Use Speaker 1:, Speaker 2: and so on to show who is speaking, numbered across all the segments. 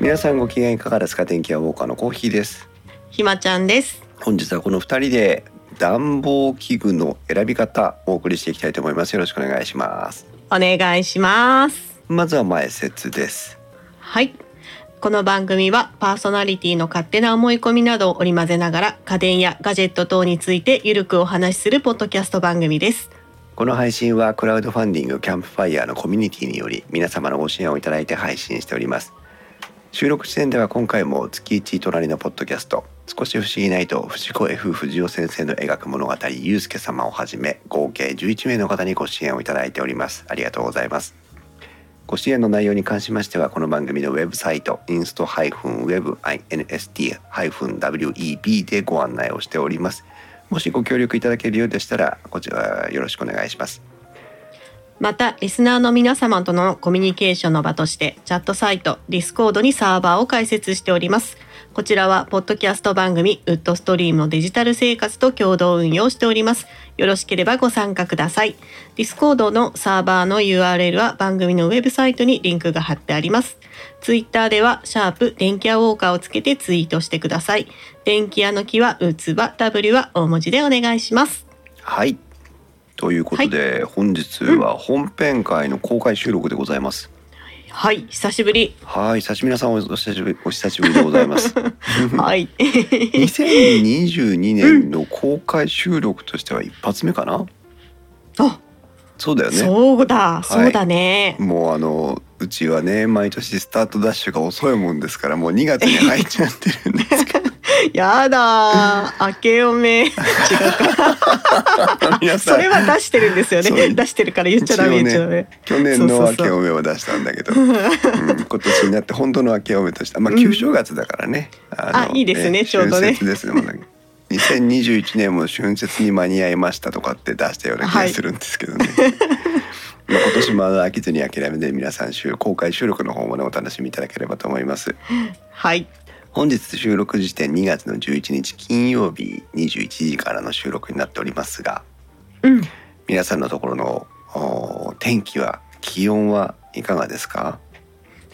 Speaker 1: 皆さんご機嫌いかがですか天気はウォーカーのコーヒーです
Speaker 2: ひまちゃんです。
Speaker 1: 本日はこの二人で暖房器具の選び方をお送りしていきたいと思いますよろしくお願いします
Speaker 2: お願いします。
Speaker 1: まずは前説です
Speaker 2: はい。この番組はパーソナリティの勝手な思い込みなどを織り交ぜながら家電やガジェット等についてゆるくお話しするポッドキャスト番組です。
Speaker 1: この配信はクラウドファンディングキャンプファイヤーのコミュニティにより皆様のご支援をいただいて配信しております収録時点では今回も月1隣のポッドキャスト少し不思議ないと藤子 F 不二雄先生の描く物語ゆうすけ様をはじめ合計11名の方にご支援をいただいておりますありがとうございますご支援の内容に関しましてはこの番組のウェブサイト inst-web-inst-web でご案内をしておりますもしご協力いただけるようでしたらこちらよろしくお願いします
Speaker 2: また、リスナーの皆様とのコミュニケーションの場として、チャットサイト、Discord にサーバーを開設しております。こちらは、ポッドキャスト番組、ウッドストリームのデジタル生活と共同運用しております。よろしければご参加ください。Discord のサーバーの URL は番組のウェブサイトにリンクが貼ってあります。Twitter では、シャープ電気屋ウォーカーをつけてツイートしてください。電気屋の木は、うつば、W は大文字でお願いします。
Speaker 1: はいということで、本日は本編会の公開収録でございます、
Speaker 2: はい、久しぶり。
Speaker 1: はい久しぶり皆さんお久しぶりお久しぶりでご ざいます
Speaker 2: はい。
Speaker 1: 2022年の公開収録としては一発目かな
Speaker 2: あ
Speaker 1: そうだよね
Speaker 2: そうだ、
Speaker 1: い
Speaker 2: そうだね。
Speaker 1: もうあのうちはね毎年スタートダッシュが遅いもんですからもう2月に入っちゃってるんです
Speaker 2: やだー、明けおめ。違う
Speaker 1: 皆さ
Speaker 2: そ
Speaker 1: ん
Speaker 2: れは出してるんですよ
Speaker 1: そう
Speaker 2: ね。出してるから言っちゃダメ、
Speaker 1: 一応ね
Speaker 2: 言っちゃダメ。
Speaker 1: 去年の
Speaker 2: そうそう
Speaker 1: 明
Speaker 2: そう
Speaker 1: けおめを出したんだけど、うん今年になって本当の明けおめとしてまあ
Speaker 2: うん
Speaker 1: 旧正月だからね、
Speaker 2: あいいですねちょうど
Speaker 1: 春
Speaker 2: ね
Speaker 1: 節ですもんね2021年も春節に間に合いましたとかって出したような気がするんですけど ね、まあ今年もあの飽きずに諦めて皆さん週公開収録の方もねお楽しみいただければと思います
Speaker 2: はい。
Speaker 1: 本日収録時点2月の11日金曜日21時からの収録になっておりますが
Speaker 2: うん。
Speaker 1: 皆さんのところのお天気は気温はいかがですか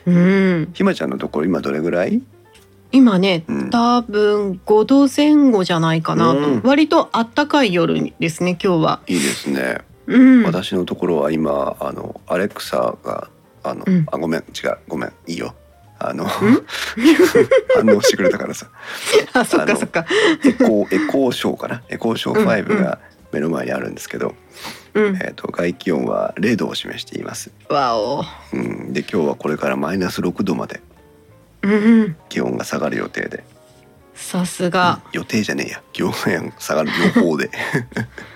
Speaker 2: うん。
Speaker 1: ひまちゃんのところ今どれぐらい
Speaker 2: 今ね、
Speaker 1: うん
Speaker 2: 多分5度前後じゃないかなと。
Speaker 1: うん
Speaker 2: 割と暖かい夜にですね、今日は。
Speaker 1: いいですね、
Speaker 2: うん。
Speaker 1: 私のところは今あのアレクサがあの、
Speaker 2: うん
Speaker 1: あごめん違うごめんいいよあの
Speaker 2: ん
Speaker 1: 反応してくれたからさ
Speaker 2: あ、そっ
Speaker 1: あの
Speaker 2: かそっか。
Speaker 1: エコーエコーショーかなエコーショー
Speaker 2: うんう
Speaker 1: 5
Speaker 2: ん
Speaker 1: が目の前にあるんですけど、
Speaker 2: うん。
Speaker 1: えー、と外気温は0度を示しています、
Speaker 2: わお。
Speaker 1: うん、で今日はこれからマイナス6度まで
Speaker 2: うん。
Speaker 1: 気温が下がる予定で
Speaker 2: さすが。
Speaker 1: 予定じゃねえや気温が下がる予報で。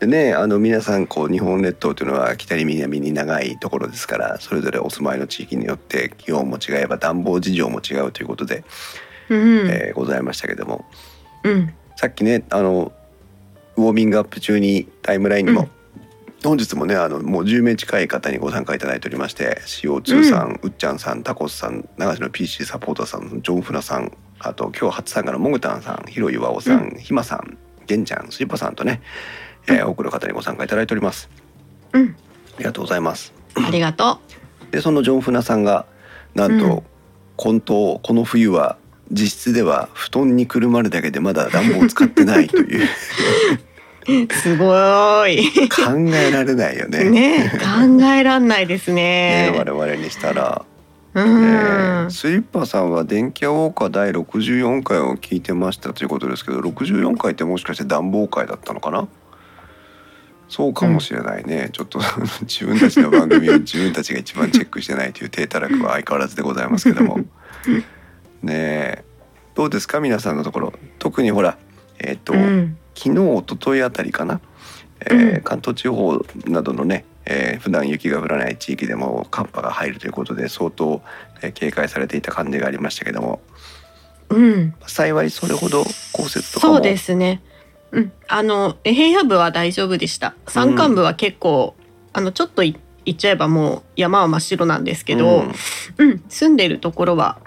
Speaker 1: でね、あの皆さんこう日本列島というのは北に南に長いところですからそれぞれお住まいの地域によって気温も違えば暖房事情も違うということで、
Speaker 2: うん。
Speaker 1: えーございましたけども
Speaker 2: うん。
Speaker 1: さっきねあのウォーミングアップ中にタイムラインにも、本日もねあのもう10名近い方にご参加いただいておりまして CO2 さん、うっちゃんさんタコスさん長瀬の PC サポーターさんジョン・フラさんあと今日初参加のモグタンさんヒロイワオさん、ひまさんげんちゃんスリッパさんとね、えー多くの方にご参加いただいております
Speaker 2: うん。
Speaker 1: ありがとうございます
Speaker 2: ありがと
Speaker 1: でそのジョン・フナさんがなんと、
Speaker 2: うん
Speaker 1: 今冬この冬は実質では布団にくるまるだけでまだ暖房を使ってないと いう
Speaker 2: う。すごーい。
Speaker 1: 考えられないよね。
Speaker 2: ね、考えらんないで す
Speaker 1: ね
Speaker 2: ね。
Speaker 1: 我々にしたら、
Speaker 2: うん。
Speaker 1: ねスリッパさんは「電気屋ウォーカー第64回を聞いてました」ということですけど64回ってもしかして暖房会だったのかなそうかもしれないね、ちょっと 自分たちの番組を自分たちが一番チェックしてないという体たらくは相変わらずでございますけど もねえどうですか皆さんのところ特にほらえっ、と、
Speaker 2: うん
Speaker 1: 昨日一昨日あたりかな、えー
Speaker 2: うん
Speaker 1: 関東地方などのね、えー普段雪が降らない地域でも寒波が入るということで相当、えー警戒されていた感じがありましたけども
Speaker 2: うん、
Speaker 1: 幸いそれほど降雪とかも
Speaker 2: そうですね。うん、あのえ平野部は大丈夫でした。山間部は結構、あのちょっとい行っちゃえばもう山は真っ白なんですけど、うん、住んでるところは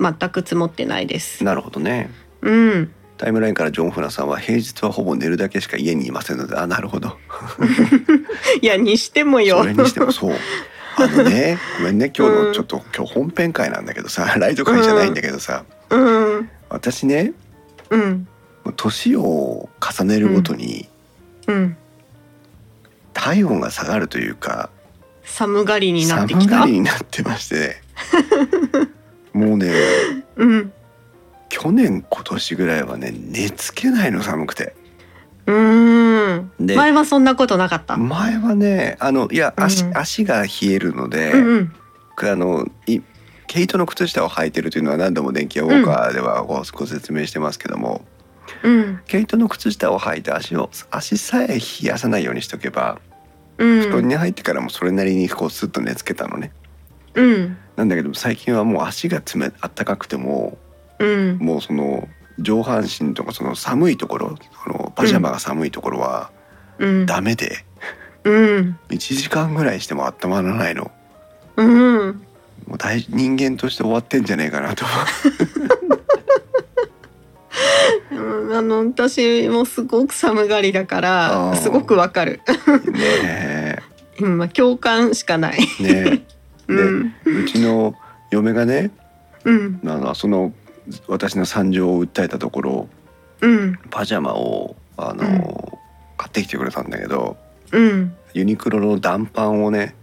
Speaker 2: 全く積もってないで
Speaker 1: う
Speaker 2: す
Speaker 1: ん。なるほどね
Speaker 2: うん、
Speaker 1: タイムラインからジョン・フナさんは平日はほぼ寝るだけしか家にいませんのであなるほど
Speaker 2: いやにしてもよ
Speaker 1: そ。れにしてもそうあのねごめんね今日のちょっと、今日本編会なんだけどさライト会じゃないんだけどさ、
Speaker 2: うん
Speaker 1: 私ね
Speaker 2: うん
Speaker 1: もう年を重ねるごとに
Speaker 2: うん
Speaker 1: 体温が下がるというか、
Speaker 2: 寒がりになって
Speaker 1: 寒
Speaker 2: き
Speaker 1: が
Speaker 2: た
Speaker 1: りになってま して、もうね
Speaker 2: うん
Speaker 1: 去年今年ぐらいはね寝つけないの寒くて
Speaker 2: うーん
Speaker 1: で
Speaker 2: 前はそんなことなかった、
Speaker 1: 前はねあのいや足,、
Speaker 2: うん
Speaker 1: 足が冷えるので、
Speaker 2: うんうん
Speaker 1: あのい毛糸の靴下を履いてるというのは何度も電気屋ウォーカーではごご説明してますけども、
Speaker 2: うん
Speaker 1: 毛糸の靴下を履いて足を足さえ冷やさないようにしとけば
Speaker 2: うん
Speaker 1: 布団に入ってからもそれなりにこうスッと寝つけたのね。
Speaker 2: うん
Speaker 1: なんだけど最近はもう足が冷あったかくても
Speaker 2: うん
Speaker 1: もうその上半身とかその寒いところそのパジャマが寒いところは
Speaker 2: うん
Speaker 1: ダメで、
Speaker 2: うん
Speaker 1: 1時間ぐらいしても温まらないの
Speaker 2: うん
Speaker 1: もう大人間として終わってんじゃねえかなと思う
Speaker 2: うんあの私もすごく寒がりだか
Speaker 1: あー
Speaker 2: らすごくわかる、
Speaker 1: ね
Speaker 2: うんまあ、共感しかない、
Speaker 1: えねえ
Speaker 2: う
Speaker 1: で
Speaker 2: ん
Speaker 1: うちの嫁がね
Speaker 2: うん
Speaker 1: あのその私の惨状を訴えたところ
Speaker 2: うん
Speaker 1: パジャマをあの、
Speaker 2: うん
Speaker 1: 買ってきてくれたんだけど
Speaker 2: うん
Speaker 1: ユニクロの短パンをね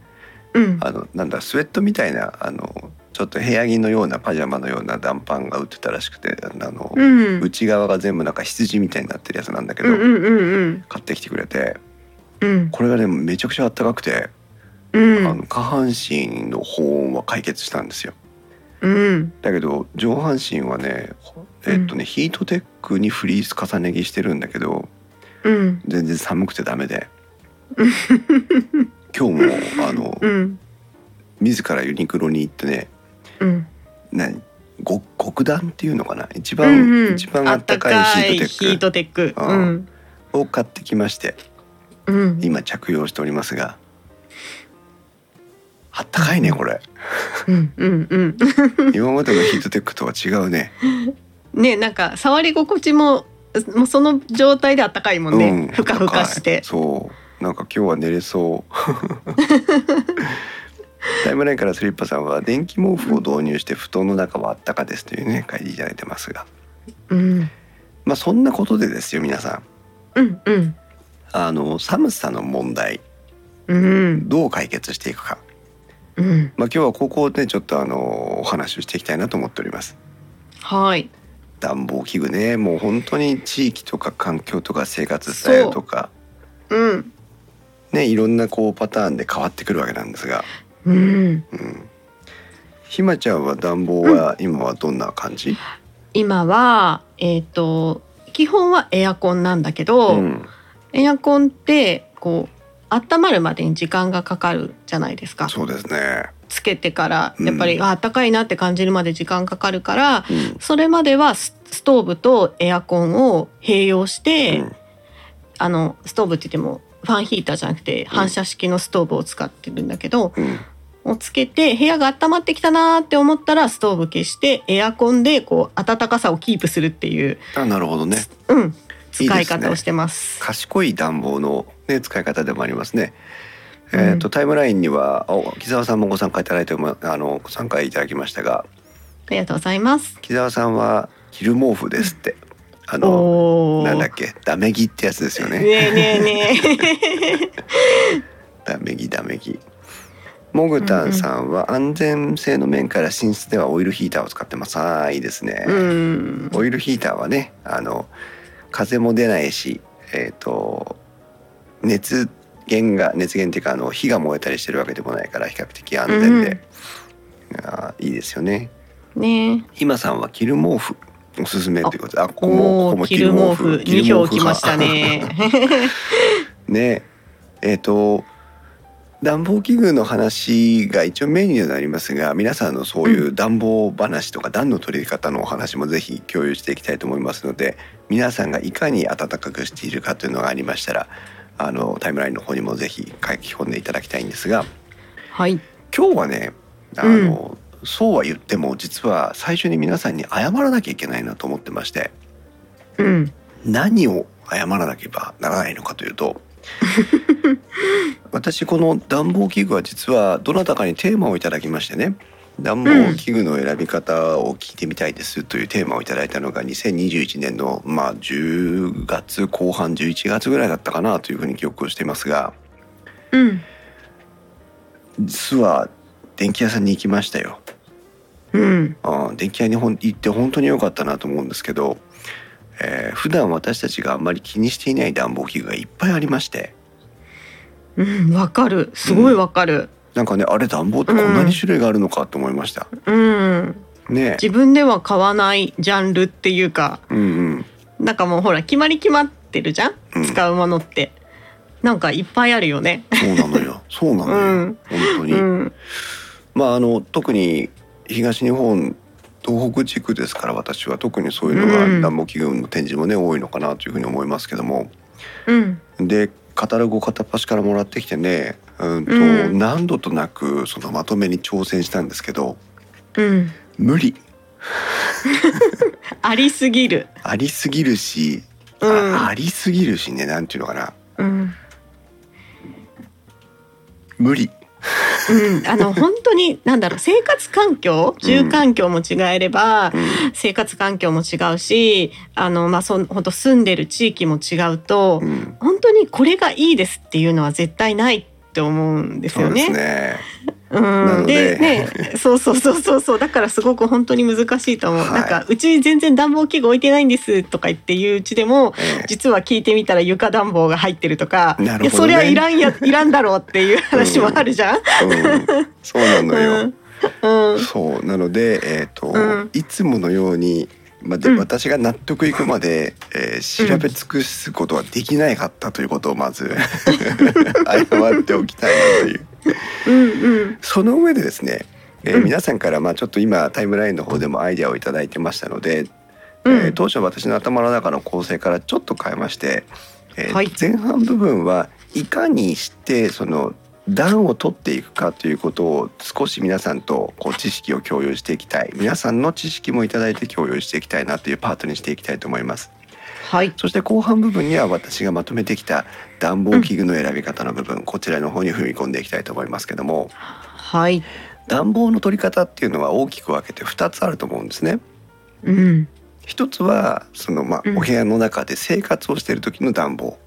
Speaker 2: うん
Speaker 1: あのなんだスウェットみたいなあのちょっと部屋着のようなパジャマのような短パンが売ってたらしくてあの、
Speaker 2: うん
Speaker 1: 内側が全部なんか羊みたいになってるやつなんだけ
Speaker 2: う
Speaker 1: ど、
Speaker 2: んうんうん
Speaker 1: 買ってきてくれて
Speaker 2: うん
Speaker 1: これがでもめちゃくちゃあったかくて、
Speaker 2: う
Speaker 1: あ
Speaker 2: ん
Speaker 1: の下半身の保温は解決したんですよ
Speaker 2: うん
Speaker 1: だけど上半身はねえっとね、ヒートテックにフリース重ね着してるんだけど
Speaker 2: うん
Speaker 1: 全然寒くてダメ で今日もあの
Speaker 2: うん
Speaker 1: 自らユニクロに行ってね
Speaker 2: うん
Speaker 1: 何ご極暖っていうのかな一
Speaker 2: う
Speaker 1: 番、
Speaker 2: んうん
Speaker 1: 一番あったかいヒートテ
Speaker 2: ヒー
Speaker 1: ック
Speaker 2: トテック
Speaker 1: あーを買ってきまして
Speaker 2: うんうん
Speaker 1: 今着用しておりますがあったかいねこ れ
Speaker 2: うんうんうん
Speaker 1: 今までのヒートテックとは違うね
Speaker 2: ねなんか触り心地ももうその状態であったかいもんね、
Speaker 1: うん
Speaker 2: ふかふ
Speaker 1: あっ
Speaker 2: かし
Speaker 1: たかい
Speaker 2: て
Speaker 1: そうなんか今日は寝れそう タイムラインからスリッパさんは電気毛布を導入して布団の中はあったかですというね書いていただいてますが
Speaker 2: うん
Speaker 1: まあそんなことでですよ皆さん
Speaker 2: うんうん
Speaker 1: あの寒さの問題
Speaker 2: うん
Speaker 1: どう解決していくか
Speaker 2: うん
Speaker 1: まあ、今日はここをねちょっとあのお話をしていきたいなと思っております。
Speaker 2: はい
Speaker 1: 暖房器具ねもう本当に地域とか環境とか生活スタイルとか、
Speaker 2: うん
Speaker 1: ね、いろんなこうパターンで変わってくるわけなんですが、
Speaker 2: うん
Speaker 1: うん、ひまちゃんは暖房は今はどんな感じ、
Speaker 2: 今はえっ、と基本はエアコンなんだけ
Speaker 1: う
Speaker 2: ど、
Speaker 1: ん、
Speaker 2: エアコンってこう温まるまでに時間がかかるじゃないですか
Speaker 1: そうですね、
Speaker 2: つけてから
Speaker 1: うん
Speaker 2: やっぱり、あったかいなって感じるまで時間かかるから
Speaker 1: うん
Speaker 2: それまではスストーブとエアコンを併用して、
Speaker 1: うん
Speaker 2: あのストーブって言ってもファンヒーターじゃなくて反射式のストーブを使ってるんだけど、
Speaker 1: うん
Speaker 2: をつけて部屋が温まってきたなーって思ったらストーブ消してエアコンでこう暖かさをキープするっていう、
Speaker 1: あなるほどね
Speaker 2: うん、
Speaker 1: いいですね
Speaker 2: 使い方をしてます。
Speaker 1: 賢い暖房の、ね、使い方でもありますね。えーとタイムラインにはお木澤さんもご参加いただいておりまあのご参加いただきましたが
Speaker 2: ありがとうございます。
Speaker 1: 木澤さんは昼毛布ですって、あの
Speaker 2: おお。
Speaker 1: なんだっけダメギってやつですよ
Speaker 2: ね
Speaker 1: ね
Speaker 2: えねえね
Speaker 1: ダメギダメギモグタンさんは安全性の面から寝室ではオイルヒーターを使ってますああいいですね
Speaker 2: え。、うん。
Speaker 1: オイルヒーターはねあの風も出ないしえっ、と熱源が熱源っていうかあの火が燃えたりしてるわけでもないから比較的安全で、あーいいですよね
Speaker 2: ね
Speaker 1: 今さんはキル毛布おすすめということであこ
Speaker 2: え。
Speaker 1: こもこ
Speaker 2: お
Speaker 1: こ
Speaker 2: お
Speaker 1: も
Speaker 2: ー。
Speaker 1: キ
Speaker 2: キ
Speaker 1: ル
Speaker 2: ル
Speaker 1: 毛
Speaker 2: 毛
Speaker 1: 布
Speaker 2: 布
Speaker 1: キル
Speaker 2: 二
Speaker 1: 毛
Speaker 2: 票
Speaker 1: 布
Speaker 2: きましたね。
Speaker 1: ねえっ、と暖房器具の話が一応メインにはなりますが皆さんのそういう暖房話とか暖の取り方のお話もぜひ共有していきたいと思いますので皆さんがいかに暖かくしているかというのがありましたらあのタイムラインの方にもぜひ書き込んでいただきたいんですが
Speaker 2: はい。
Speaker 1: 今日はねあの、そうは言っても実は最初に皆さんに謝らなきゃいけないなと思ってまして
Speaker 2: うん。
Speaker 1: 何を謝らなければならないのかというと私この暖房器具は実はどなたかにテーマをいただきましてね暖房器具の選び方を聞いてみたいですというテーマをいただいたのが2021年のまあ10月後半11月ぐらいだったかなというふうに記憶をしていますが
Speaker 2: うん。
Speaker 1: 実は電気屋さんに行きましたよ。
Speaker 2: うん。
Speaker 1: あー電気屋にほん行って本当に良かったなと思うんですけど、えー普段私たちがあんまり気にしていない暖房器具がいっぱいありまして
Speaker 2: うん。わかる。すごいわかる。
Speaker 1: なんかねあれ暖房ってこんなに種類があるのかと思いました。
Speaker 2: うん。
Speaker 1: ねえ
Speaker 2: 自分では買わないジャンルっていうか、
Speaker 1: うんうん
Speaker 2: なんかもうほら決まり決まってるじゃん、
Speaker 1: うん
Speaker 2: 使うものってなんかいっぱいあるよね
Speaker 1: そうなの よそうなのよ、
Speaker 2: うん
Speaker 1: 本当に、
Speaker 2: うん
Speaker 1: まああの特に東日本東北地区ですから私は特にそういうのが
Speaker 2: うん
Speaker 1: 暖房器具の展示もね多いのかなというふうに思いますけども
Speaker 2: うん
Speaker 1: でカタログを片っ端からもらってきてねうんと、
Speaker 2: うん
Speaker 1: 何度となくそのまとめに挑戦したんですけど
Speaker 2: うん
Speaker 1: 無理
Speaker 2: ありすぎる
Speaker 1: ありすぎるし、あ
Speaker 2: うん
Speaker 1: ありすぎるしねなんていうのかな
Speaker 2: うん、
Speaker 1: 無理
Speaker 2: うん、あの本当に何だろう生活環境住環境も違えれば、
Speaker 1: う
Speaker 2: 生活環境も違うしあのまあそん本当住んでる地域も違うと、
Speaker 1: ん、うん、
Speaker 2: 本当にこれがいいですっていうのは絶対ないって思うんです
Speaker 1: そ
Speaker 2: よ
Speaker 1: うで
Speaker 2: ね
Speaker 1: す。ねな
Speaker 2: う
Speaker 1: の
Speaker 2: ん、
Speaker 1: で
Speaker 2: でねそうそうそうそうそうだからすごく本当に難しいと思う、
Speaker 1: はい
Speaker 2: なんかうち全然暖房器具置いてないんですとか言っていううちでも
Speaker 1: え
Speaker 2: 実は聞いてみたら床暖房が入ってるとか
Speaker 1: なるほどね
Speaker 2: いやそりゃいらんやいらんだろうっていう話もあるじゃ
Speaker 1: え
Speaker 2: ん。
Speaker 1: うん、そうな
Speaker 2: う
Speaker 1: のよ、
Speaker 2: んうん
Speaker 1: そうなので、えーと
Speaker 2: うん
Speaker 1: いつものように、まあで
Speaker 2: うん
Speaker 1: 私が納得いくまで、えー調べ尽くすことはできなかったということをま ず謝っておきたいなという
Speaker 2: うんうん
Speaker 1: その上でですね、えー
Speaker 2: うん
Speaker 1: 皆さんからまあちょっと今タイムラインの方でもアイデアをいただいてましたので、
Speaker 2: うん
Speaker 1: えー当初私の頭の中の構成からちょっと変えまして、えー
Speaker 2: はい
Speaker 1: 前半部分はいかにしてその段を取っていくかということを少し皆さんとこう知識を共有していきたい皆さんの知識もいただいて共有していきたいなというパートにしていきたいと思います
Speaker 2: はい
Speaker 1: そして後半部分には私がまとめてきた暖房器具の選び方の部分、こちらの方に踏み込んでいきたいと思いますけども
Speaker 2: はい
Speaker 1: 暖房の取り方っていうのは大きく分けて2つあると思うんですね
Speaker 2: うん
Speaker 1: 一つはその、まあ
Speaker 2: うん
Speaker 1: お部屋の中で生活をしている時の暖房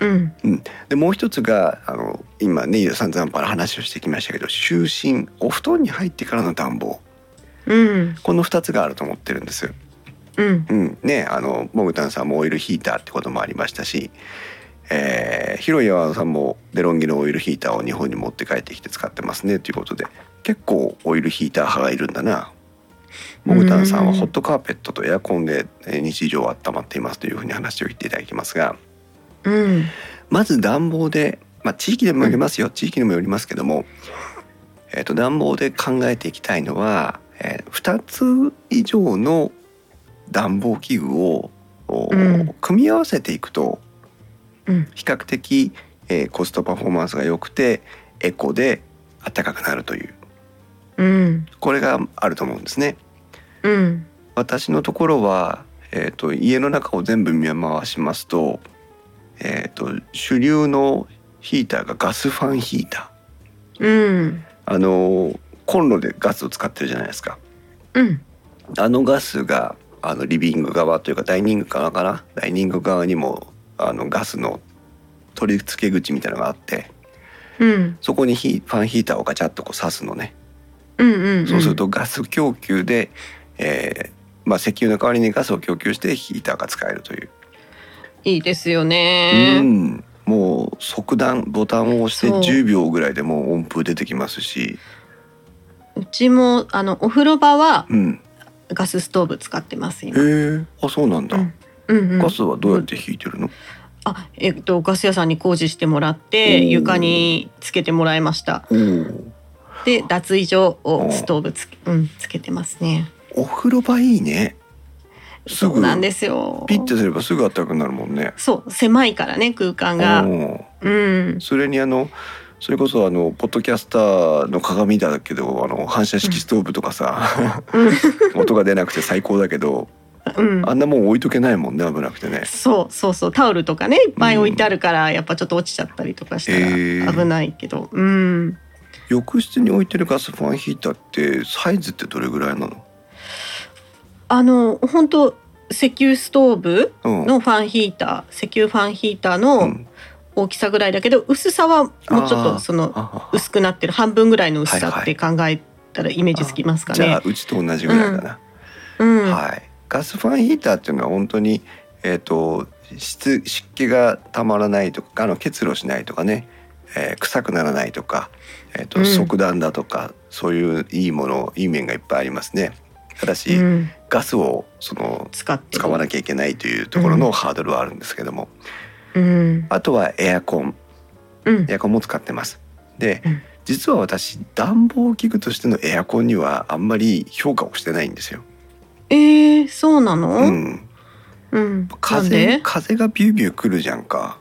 Speaker 2: うん
Speaker 1: でもう一つがあの今ね井田さん残波の話をしてきましたけど就寝お布団に入ってからの暖房
Speaker 2: うん
Speaker 1: この二つがあると思ってるんです。
Speaker 2: うん
Speaker 1: うん、ねあのモグタンさんもオイルヒーターってこともありましたし、えー、広い山田さんもデロンギのオイルヒーターを日本に持って帰ってきて使ってますねということで結構オイルヒーター派がいるんだな。モグタンさんはホットカーペットとエアコンでえー日常は温まっていますというふうに話を言っていただきますが
Speaker 2: うん
Speaker 1: まず暖房で、まあ、地域でもよりますよ、地域にもよりますけども、えー、と暖房で考えていきたいのは、え2つ以上の暖房器具を、お
Speaker 2: うん
Speaker 1: 組み合わせていくと
Speaker 2: うん
Speaker 1: 比較的、えーコストパフォーマンスが良くてエコで暖かくなるという
Speaker 2: うん
Speaker 1: これがあると思うんですね。
Speaker 2: うん
Speaker 1: 私のところは、えー、と家の中を全部見回しますと,、えー、と主流のヒーターがガスファンヒータ
Speaker 2: うん
Speaker 1: ーあのーコンロでガスを使ってるじゃないですか
Speaker 2: うん
Speaker 1: あのガスがあのリビング側というかダイニング側かなダイニング側にもあのガスの取り付け口みたいなのがあって
Speaker 2: うん
Speaker 1: そこにヒーファンヒーターをガチャッとこう刺すのね
Speaker 2: うんうん
Speaker 1: そうするとガス供給で、えーまあ、石油の代わりにガスを供給してヒーターが使えるという
Speaker 2: いいですよ
Speaker 1: う
Speaker 2: ね
Speaker 1: ん、もう即断ボタンを押して
Speaker 2: そう
Speaker 1: 10秒ぐらいでもう音符出てきますし、
Speaker 2: うちもあのお風呂場は
Speaker 1: うん、
Speaker 2: ガスストーブ使ってます
Speaker 1: へ
Speaker 2: 今
Speaker 1: えあそうなんだ、
Speaker 2: うんうんうん
Speaker 1: ガスはどうやって引いてるの、
Speaker 2: あえっとガス屋さんに工事してもらって
Speaker 1: おー
Speaker 2: 床につけてもらいましたで脱衣所をストーブつ,、うん、つけてますね
Speaker 1: おお風呂場いいねす
Speaker 2: そ
Speaker 1: ぐ
Speaker 2: うなんですよ
Speaker 1: ピッてすればすぐ暖かくなるもんね
Speaker 2: そう狭いからね空間が
Speaker 1: うん
Speaker 2: うん
Speaker 1: それにあのそれこそあのポッドキャスターの鏡だけどあの反射式ストーブとかさ、
Speaker 2: う ん
Speaker 1: 音が出なくて最高だけど
Speaker 2: うん
Speaker 1: あんなもん置いとけないもんね危なくてね
Speaker 2: そうそうそうタオルとかねいっぱい置いてあるから、やっぱちょっと落ちちゃったりとかした
Speaker 1: え
Speaker 2: ら
Speaker 1: ー
Speaker 2: 危ないけど、うん
Speaker 1: 浴室に置いてるガスファンヒーターってサイズってどれぐらいなの、
Speaker 2: あの本当石油ストーブ
Speaker 1: うん、
Speaker 2: のファンヒーター石油ファンヒーター
Speaker 1: う
Speaker 2: の
Speaker 1: ん
Speaker 2: 大きさぐらいだけど薄さはもうちょっ
Speaker 1: あー
Speaker 2: とその
Speaker 1: ああ
Speaker 2: 薄くなってる半分ぐらいの薄さ
Speaker 1: はいは
Speaker 2: っ
Speaker 1: い
Speaker 2: て考えたらイメージつきますか
Speaker 1: じ
Speaker 2: ね。
Speaker 1: ゃあうちと同じぐらいだな、
Speaker 2: うん
Speaker 1: はいガスファンヒーターっていうのは本当にえっ、と湿湿気がたまらないとかあの結露しないとかね、えー臭くならないとか、えーと
Speaker 2: うん
Speaker 1: 即暖だとかそういういいものいい面がいっぱいありますねただし、
Speaker 2: うん
Speaker 1: ガスをその
Speaker 2: 使って
Speaker 1: 使わなきゃいけないというところのハードルはあるんですけども、
Speaker 2: うん
Speaker 1: あとはエアコン
Speaker 2: うん
Speaker 1: エアコンも使ってますで、
Speaker 2: うん
Speaker 1: 実は私暖房器具としてのエアコンにはあんまり評価をしてないんですよ、
Speaker 2: えー、そうなの、
Speaker 1: う
Speaker 2: う
Speaker 1: んん、風
Speaker 2: なんで、
Speaker 1: 風がビュービュー来るじゃんか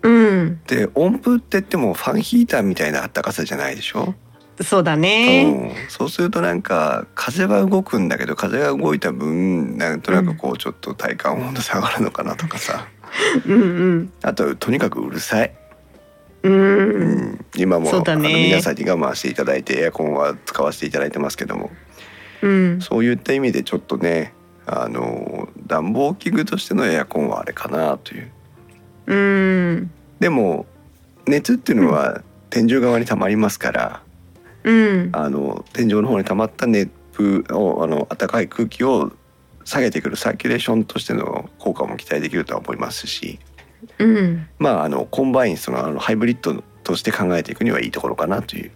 Speaker 2: うん、
Speaker 1: で温風って言ってもファンヒーターみたいな暖かさじゃないでしょ、
Speaker 2: そうだね、
Speaker 1: うん、そうするとなんか風は動くんだけど風が動いた分なんとなくこうちょっと体感温度下がるのかなとかさ、
Speaker 2: うんうん
Speaker 1: あととにかくうるさい、
Speaker 2: うん
Speaker 1: う、ん、今も、
Speaker 2: そう
Speaker 1: あ
Speaker 2: だ
Speaker 1: の
Speaker 2: ね
Speaker 1: 皆さんに我慢していただいてエアコンは使わせていただいてますけども
Speaker 2: うん、
Speaker 1: そういった意味でちょっとねあの暖房器具としてのエアコンはあれかなという
Speaker 2: うん、
Speaker 1: でも熱っていうのは天井側に溜まりますから、
Speaker 2: うん、
Speaker 1: あの天井の方に溜まった熱風をあの暖かい空気を下げてくるサーキュレーションとしての効果も期待できるとは思いますし
Speaker 2: うん、
Speaker 1: まああのコンバインそのあのハイブリッドとして考えていくにはいいところかなという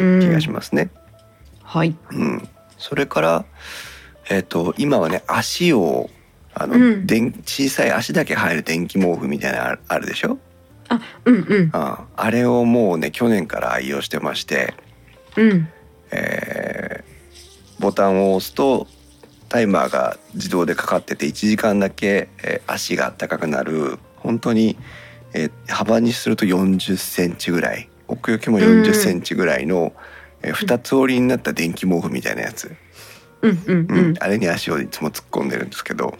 Speaker 2: うん、
Speaker 1: 気がしますね。
Speaker 2: はい、
Speaker 1: うん、それから、えっと今はね足をあの、
Speaker 2: うん
Speaker 1: 電小さい足だけ入る電気毛布みたいなのあるあるでしょ、
Speaker 2: うんうん
Speaker 1: ああれをもうね去年から愛用してまして、
Speaker 2: うん
Speaker 1: えーボタンを押すとタイマーが自動でかかってて1時間だけ、えー足が暖かくなる本当に、えー幅にすると40センチぐらい奥行きも40センチぐらいの、え2つ折りになった電気毛布みたいなやつ。
Speaker 2: うんうん
Speaker 1: う
Speaker 2: うんん、
Speaker 1: あれに足をいつも突っ込んでるんですけど、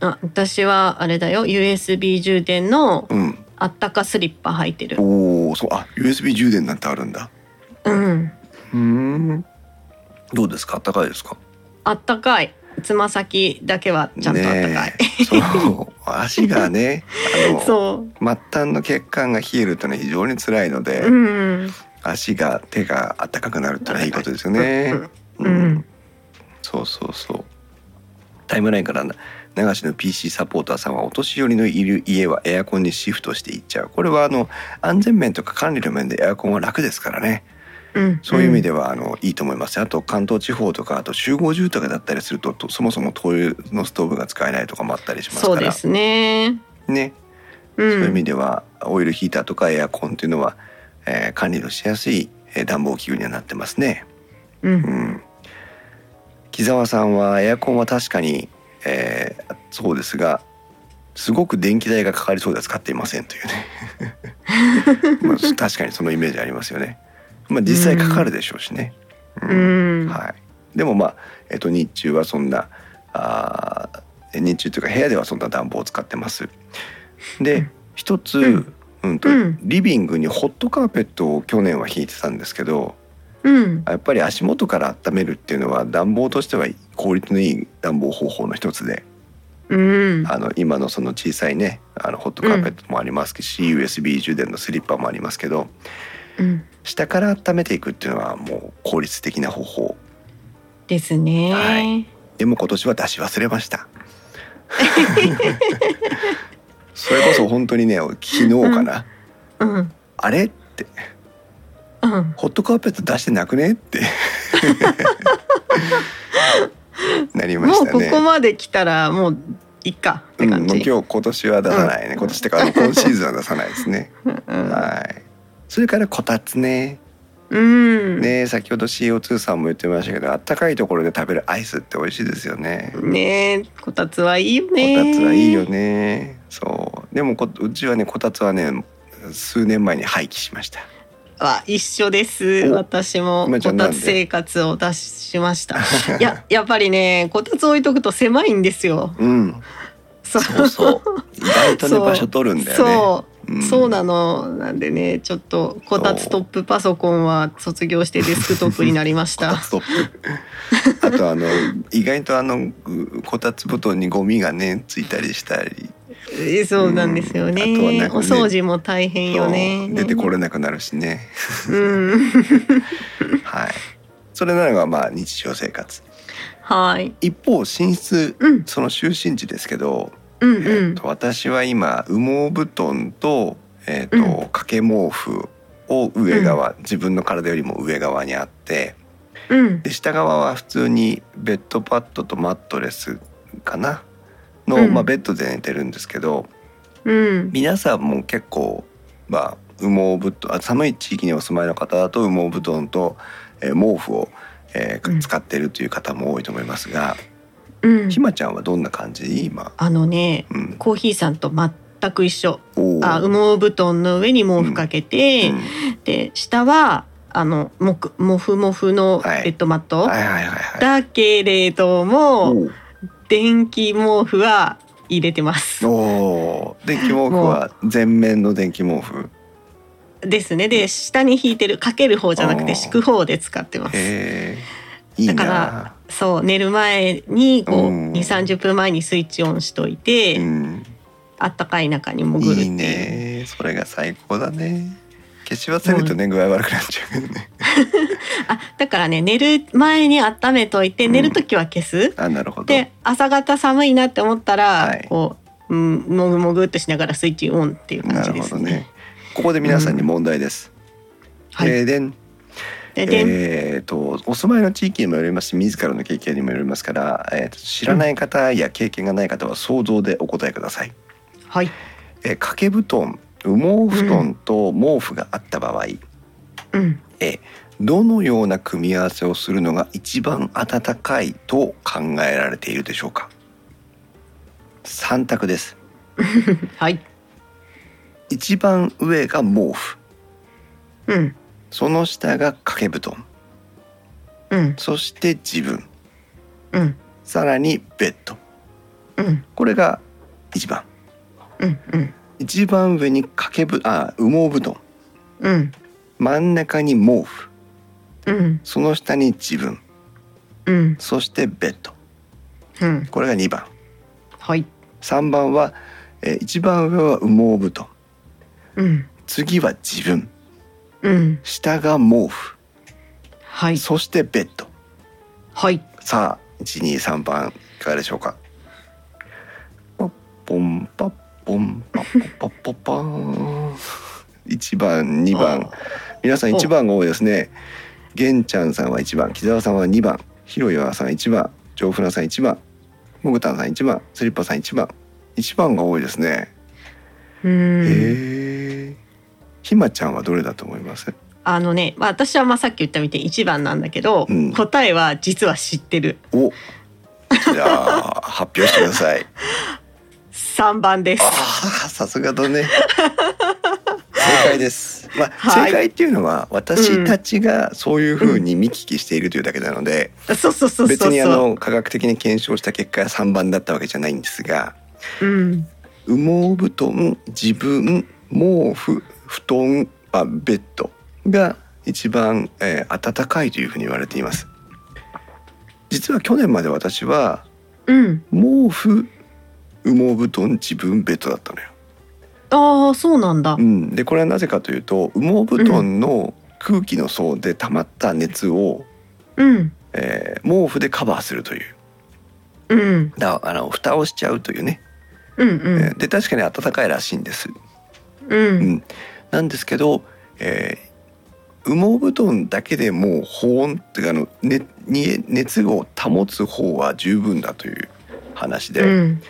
Speaker 2: あ私はあれだよ USB 充電の
Speaker 1: うん、
Speaker 2: あったかスリッパ履いてる
Speaker 1: おおそうあ USB 充電なんてあるんだ
Speaker 2: うん
Speaker 1: うんどうですか暖かいですか
Speaker 2: あったかいつま先だけはちゃんとあったかい、
Speaker 1: ねえそう足がねあの
Speaker 2: そ
Speaker 1: 末端の血管が冷えるとね非常に辛いので、
Speaker 2: ううん
Speaker 1: 足が手が暖かくなるってのはいいことですよね、
Speaker 2: うんうんうん
Speaker 1: そうそうそうタイムラインから流しの PC サポーターさんはお年寄りのいる家はエアコンにシフトしていっちゃうこれはあの安全面とか管理の面でエアコンは楽ですからね
Speaker 2: うん
Speaker 1: そういう意味ではあのいいと思いますあと関東地方とかあと集合住宅だったりするととそもそも灯油のストーブが使えないとかもあったりします
Speaker 2: そ
Speaker 1: か
Speaker 2: うで
Speaker 1: ら
Speaker 2: すね
Speaker 1: ね
Speaker 2: うん
Speaker 1: そういう意味ではオイルヒーターとかエアコンっていうのは、えー管理のしやすいえー暖房器具にはなってますね。
Speaker 2: う
Speaker 1: うんん、木澤さんはエアコンは確かに、えーそうですがすごく電気代がかかりそうでは使っていませんという ね、まあ、確かにそのイメージありますよね。まあ、実際かかるでしょうしね。
Speaker 2: う
Speaker 1: うん
Speaker 2: ん
Speaker 1: はい、でもまあ、えっと日中はそんなあーえ日中というか部屋ではそんな暖房を使ってます。
Speaker 2: う
Speaker 1: で
Speaker 2: ん
Speaker 1: 一つ、う
Speaker 2: うん
Speaker 1: んと
Speaker 2: うん
Speaker 1: リビングにホットカーペットを去年は引いてたんですけど
Speaker 2: うん
Speaker 1: やっぱり足元から温めるっていうのは暖房としては効率のいい暖房方法の一つで
Speaker 2: うん
Speaker 1: あの今のその小さいねあのホットカーペットもありますし、USB 充電のスリッパもありますけど
Speaker 2: うん
Speaker 1: 下から温めていくっていうのはもう効率的な方法
Speaker 2: ですね、
Speaker 1: はいでも今年は出し忘れました。それこそ本当にね昨日かな、
Speaker 2: うん
Speaker 1: あれって
Speaker 2: うん
Speaker 1: ホットカーペット出してなくねって なりま
Speaker 2: も
Speaker 1: し
Speaker 2: う
Speaker 1: た
Speaker 2: こ
Speaker 1: ね。
Speaker 2: こまで来たらもういっかって
Speaker 1: うん、
Speaker 2: 感
Speaker 1: もう
Speaker 2: じ、
Speaker 1: 今日今年は出さないね、今年ってかあの今シーズンは出さないです ね、
Speaker 2: うん
Speaker 1: はいそれからこたつね
Speaker 2: うんね
Speaker 1: ね先ほど CO2 さんも言ってましたけどあったかいところで食べるアイスって美味しいですよね
Speaker 2: えこたつはいいよ
Speaker 1: こ
Speaker 2: ね
Speaker 1: たつはいいよねそうでもこうちはねこたつはね数年前に廃棄しました
Speaker 2: は一緒です
Speaker 1: お
Speaker 2: 私も
Speaker 1: ま
Speaker 2: こ
Speaker 1: いちゃん
Speaker 2: たつ
Speaker 1: なんで
Speaker 2: 生活を出し ましたいややっぱりねこたつ置いとくと狭いんですよ
Speaker 1: うん、
Speaker 2: そう
Speaker 1: そうそう。意外とね
Speaker 2: そう
Speaker 1: 場所取るんだよね。
Speaker 2: そう、
Speaker 1: うん
Speaker 2: そうなのなんでねちょっとこたつトップパソコンは卒業してデスクトップになりました
Speaker 1: ストップ。あとあの意外とあのうこたつ布団にゴミがねついたりしたり、
Speaker 2: えそうなんですよね,、
Speaker 1: うんあとはなんかね
Speaker 2: お掃除も大変よね
Speaker 1: そう出てこれなくなるしね。
Speaker 2: うん
Speaker 1: はい。それなのがまあ日常生活。
Speaker 2: はい
Speaker 1: 一方寝室
Speaker 2: うん
Speaker 1: その就寝時ですけど、
Speaker 2: うんう
Speaker 1: えっ
Speaker 2: ん
Speaker 1: と私は今羽毛布団とえっと、
Speaker 2: うん
Speaker 1: 掛け毛布を上側、自分の体よりも上側にあって。
Speaker 2: うん
Speaker 1: で下側は普通にベッドパッドとマットレスかなの、
Speaker 2: うん
Speaker 1: まあ、ベッドで寝てるんですけど
Speaker 2: うん
Speaker 1: 皆さんも結構、まあ、羽毛布団あ寒い地域にお住まいの方だと羽毛布団と、えー毛布を、えー
Speaker 2: うん
Speaker 1: 使ってるという方も多いと思いますが、
Speaker 2: うん
Speaker 1: ひまちゃんはどんな感じ今、
Speaker 2: あのね
Speaker 1: うん、
Speaker 2: コーヒーさんと全く一緒
Speaker 1: おー
Speaker 2: あ羽毛布団の上に毛布かけて、で下はあのもくもふもふの
Speaker 1: はい
Speaker 2: ベッドマット、
Speaker 1: うんはいはいはいはい。
Speaker 2: だけれど
Speaker 1: お
Speaker 2: も
Speaker 1: ー
Speaker 2: 電気毛布は入れてます。
Speaker 1: おー電気毛布は全面の電気毛布
Speaker 2: ですねで下に引いてるかける方じゃなく
Speaker 1: あ
Speaker 2: て
Speaker 1: ー
Speaker 2: 敷く方で使ってます。
Speaker 1: へーいいな
Speaker 2: だからそう寝る前にこう
Speaker 1: うん
Speaker 2: 2 3 0分前にスイッチオンしといて、
Speaker 1: うん、
Speaker 2: あったかい中に潜るっていう
Speaker 1: いいねそれが最高だね消し忘れるとね具合悪くなっちゃうけどね
Speaker 2: あだからね寝る前に温めといて
Speaker 1: うん
Speaker 2: 寝る時は消す、
Speaker 1: あなるほど
Speaker 2: で朝方寒いなって思ったら、
Speaker 1: はい
Speaker 2: こう、うん、もぐもぐってしながらスイッチオンっていう感
Speaker 1: な
Speaker 2: じ
Speaker 1: る
Speaker 2: で
Speaker 1: ほ
Speaker 2: す
Speaker 1: ど
Speaker 2: ね。
Speaker 1: ねここで皆さんに問題です、
Speaker 2: はい、
Speaker 1: えーでん
Speaker 2: でで、
Speaker 1: えーとお住まいの地域にもよりますし自らの経験にもよりますから、えーと知らない方や経験がない方は想像でお答えください、
Speaker 2: はい、
Speaker 1: えー掛け布団羽毛布団と毛布があった場合、
Speaker 2: うん、
Speaker 1: どのような組み合わせをするのが一番暖かいと考えられているでしょうか3択です
Speaker 2: はい、
Speaker 1: 一番上が毛布
Speaker 2: うん、
Speaker 1: その下が掛け布団
Speaker 2: うん、
Speaker 1: そして自分
Speaker 2: うん、
Speaker 1: さらにベッド
Speaker 2: うん、
Speaker 1: これが一番
Speaker 2: うん、うん、
Speaker 1: 一番上に掛け布あ羽毛布団
Speaker 2: うん、
Speaker 1: 真ん中に毛布
Speaker 2: うん、
Speaker 1: その下に自分
Speaker 2: うん、
Speaker 1: そしてベッド
Speaker 2: うん、
Speaker 1: これが2番
Speaker 2: はい、
Speaker 1: 3番は、えー一番上は羽毛布団
Speaker 2: うん、
Speaker 1: 次は自分
Speaker 2: うん、
Speaker 1: 下が毛布
Speaker 2: はい、
Speaker 1: そしてベッド
Speaker 2: はい、
Speaker 1: さあ123番いかがでしょうかパッポンパッポンパッポパッポパーン1番2番皆さん1番が多いですね玄ちゃんさんは1番木澤さんは2番ひろやさん1番上船さん1番もぐたんさん1番スリッパさん1番1番が多いですね、
Speaker 2: うん、
Speaker 1: へえひまちゃんはどれだと思います
Speaker 2: あのね、まあ、私はまあさっき言ったみたいに一番なんだけど、
Speaker 1: うん
Speaker 2: 答えは実は知ってる
Speaker 1: おじゃあ発表してください
Speaker 2: 三番です。
Speaker 1: ああさすがだね 正解です、まあ
Speaker 2: はい
Speaker 1: 正解っていうのは私たちがそういうふうに見聞きしているというだけなので、
Speaker 2: そうそうそうそうそう。
Speaker 1: 別にあの科学的に検証した結果3番だったわけじゃないんですが
Speaker 2: うん、
Speaker 1: 羽毛布団自分毛布布団あベッドが一番、えー暖かいというふうに言われています実は去年まで私は
Speaker 2: うん、
Speaker 1: 毛布羽毛布団自分ベッドだったのよ
Speaker 2: ああ、そうなんだ
Speaker 1: う。ん、でこれはなぜかというと羽毛布団の空気の層で溜まった熱を、
Speaker 2: うん、
Speaker 1: えー毛布でカバーするという
Speaker 2: うん、
Speaker 1: だあの蓋をしちゃうというね、
Speaker 2: うん、
Speaker 1: えーで確かに暖かいらしいんです。
Speaker 2: うん、う、
Speaker 1: うんん、なんですけど、えー羽毛布団だけでもう保温っていうかあの、ね、に熱を保つ方は十分だという話で、
Speaker 2: うん、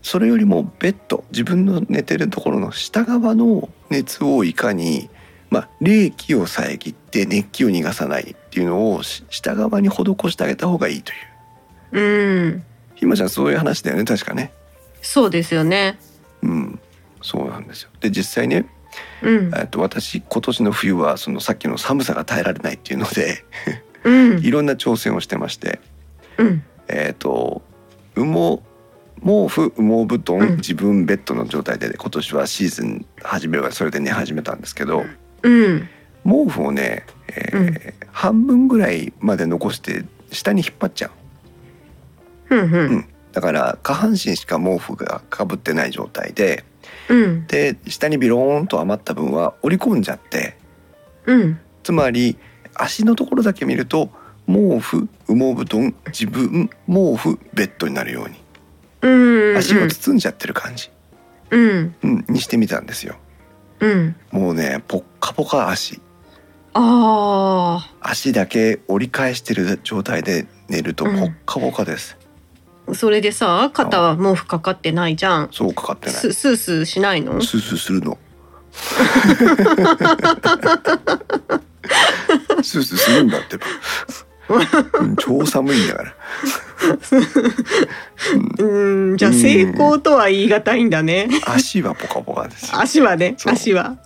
Speaker 1: それよりもベッド自分の寝てるところの下側の熱をいかに、まあ、冷気を遮って熱気を逃がさないっていうのをし下側に施してあげた方がいいという
Speaker 2: うん、
Speaker 1: ひまちゃんそういう話だよね確かね。
Speaker 2: そうですよね。
Speaker 1: うん、そうなんですよで実際ね
Speaker 2: うん
Speaker 1: えっと、私今年の冬はそのさっきの寒さが耐えられないっていうので
Speaker 2: うん
Speaker 1: いろんな挑戦をしてまして、
Speaker 2: うん
Speaker 1: えっと羽毛毛布羽毛布団、
Speaker 2: うん
Speaker 1: 自分ベッドの状態で今年はシーズン始めはそれで寝始めたんですけど
Speaker 2: うん
Speaker 1: 毛布をね、えー
Speaker 2: うん
Speaker 1: 半分ぐらいまで残して下に引っ張っちゃう
Speaker 2: うんうん
Speaker 1: だから下半身しか毛布がかぶってない状態で
Speaker 2: うん
Speaker 1: で下にビローンと余った分は折り込んじゃって
Speaker 2: うん
Speaker 1: つまり足のところだけ見ると毛布羽毛布団自分毛布ベッドになるように
Speaker 2: うん
Speaker 1: 足を包んじゃってる感じ、
Speaker 2: うん
Speaker 1: うん、にしてみたんですよ。
Speaker 2: うん
Speaker 1: もうねポッカポカ足
Speaker 2: あ
Speaker 1: 足だけ折り返してる状態で寝るとポ
Speaker 2: うん
Speaker 1: ッカポカです、
Speaker 2: あそれでさ肩は毛布かかってないじゃん
Speaker 1: そうかかってないス
Speaker 2: すスースーしないの
Speaker 1: ースーする のスースーするんだってば、うん超寒いんだから
Speaker 2: うんじゃあ成功とは言い難いんだね
Speaker 1: 足はポカポカですよ
Speaker 2: 足はね
Speaker 1: そう
Speaker 2: 足は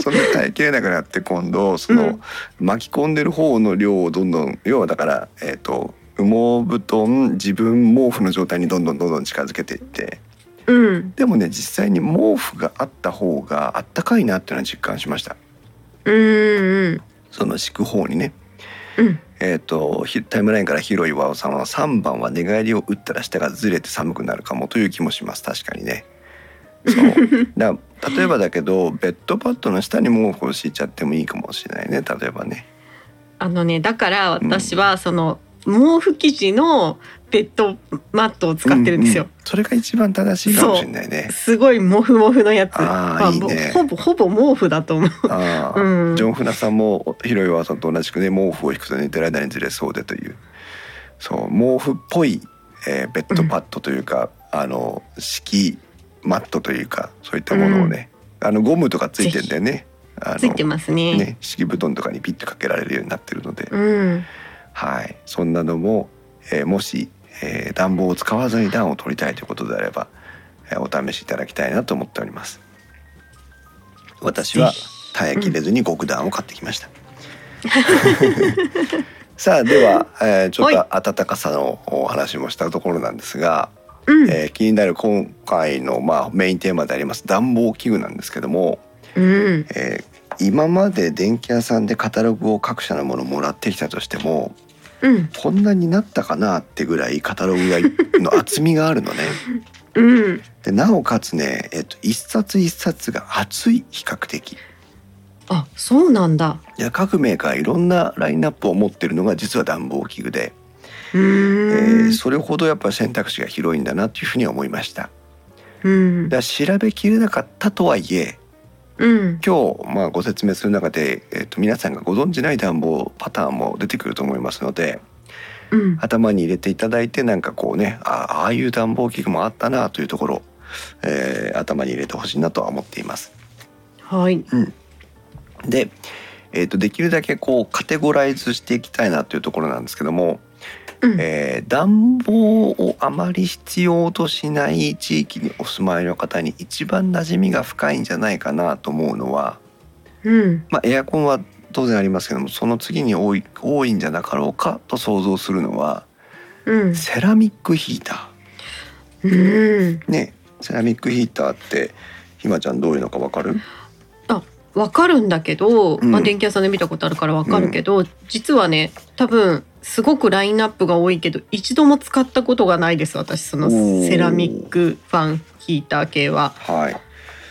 Speaker 1: そんな耐えきれなくなって今度その巻き込んでる方の量をどんどん要はだからえっ、と羽毛布団自分毛布の状態にどんどんどんどん近づけていって
Speaker 2: うん
Speaker 1: でもね実際に毛布があった方があったかいなっていうのは実感しました
Speaker 2: うんうん
Speaker 1: その敷く方にね
Speaker 2: うん
Speaker 1: えっ、とひタイムラインから広い和尾さんは3番は寝返りを打ったら下がずれて寒くなるかもという気もします確かにね そうだから例えばだけどベッドパッドの下に毛布を敷いちゃってもいいかもしれないね例えばね
Speaker 2: あのねだから私はその毛布生地のベッドマットを使ってるんですよ、
Speaker 1: ううそれが一番正しいかもしれないね。
Speaker 2: すごいモフモフのやつ
Speaker 1: あー
Speaker 2: ま
Speaker 1: いいね
Speaker 2: ほぼほぼ毛布だと思う
Speaker 1: ああ、
Speaker 2: うん
Speaker 1: ジョン・フナさんも広岩さんと同じくね毛布を引くと寝てる間にずれそうでというそう毛布っぽい、えーベッドパッドというか、あの敷マットというかそういったものをね、あのゴムとかついてんだよね。あの
Speaker 2: ついてますね
Speaker 1: ね敷布団とかにピッとかけられるようになってるので、
Speaker 2: うん
Speaker 1: はい、そんなのも、えーもし、えー暖房を使わずに暖を取りたいということであれば、えーお試しいただきたいなと思っております私は
Speaker 2: ぜ
Speaker 1: 耐えきれずに極暖を買ってきました、 さあでは、えーちょっ
Speaker 2: は
Speaker 1: と暖かさのお話もしたところなんですが、
Speaker 2: うん、
Speaker 1: えー気になる今回の、まあ、メインテーマであります暖房器具なんですけども、
Speaker 2: うん
Speaker 1: えー今まで電気屋さんでカタログを各社のものもらってきたとしても
Speaker 2: うん
Speaker 1: こんなになったかなってぐらいカタログがの厚みがある のね。
Speaker 2: うん
Speaker 1: でなおかつね、えっと、一冊一冊が厚い比較的
Speaker 2: あそうなんだ
Speaker 1: いや各メーカーいろんなラインナップを持ってるのが実は暖房器具で、
Speaker 2: う
Speaker 1: え
Speaker 2: ーん、
Speaker 1: ーそれほどやっぱ選択肢が広いんだなっていうふうには思いました
Speaker 2: うん
Speaker 1: だ調べきれなかったとはいえ
Speaker 2: うん
Speaker 1: 今日まあご説明する中で、えっと、皆さんがご存じない暖房パターンも出てくると思いますので
Speaker 2: うん
Speaker 1: 頭に入れていただいてなんかこうねあああいう暖房器具もあったなというところ、えー頭に入れてほしいなとは思っています。
Speaker 2: はい
Speaker 1: で、えー、とできるだけこうカテゴライズしていきたいなというところなんですけども、
Speaker 2: うん
Speaker 1: えー暖房をあまり必要としない地域にお住まいの方に一番馴染みが深いんじゃないかなと思うのは、
Speaker 2: うん
Speaker 1: まあ、エアコンは当然ありますけどもその次に多い多いんじゃなかろうかと想像するのは
Speaker 2: うん
Speaker 1: セラミックヒーター。
Speaker 2: うん
Speaker 1: ねセラミックヒーターってひまちゃんどういうのかわかる
Speaker 2: わかるんだけど、
Speaker 1: うん
Speaker 2: まあ、電気屋さんで見たことあるからわかるけど、実はね多分すごくラインナップが多いけど一度も使ったことがないです私その
Speaker 1: おー
Speaker 2: セラミックファンヒーター系は。
Speaker 1: はい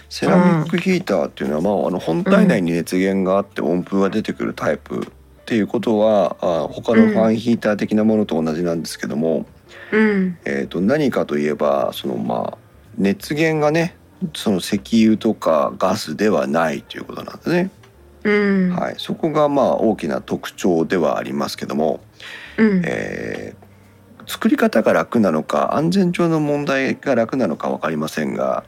Speaker 1: セラミックヒーターっていうのは、まあ、あの本体内に熱源があって温風が出てくるタイプっていうことはあ他のファンヒーター的なものと同じなんですけども、
Speaker 2: うん
Speaker 1: えー、と何かといえばそのまあ熱源がねその石油とかガスではないということなんですね、
Speaker 2: うん
Speaker 1: はい、そこがまあ大きな特徴ではありますけども、
Speaker 2: うん
Speaker 1: えー作り方が楽なのか安全上の問題が楽なのか分かりませんが、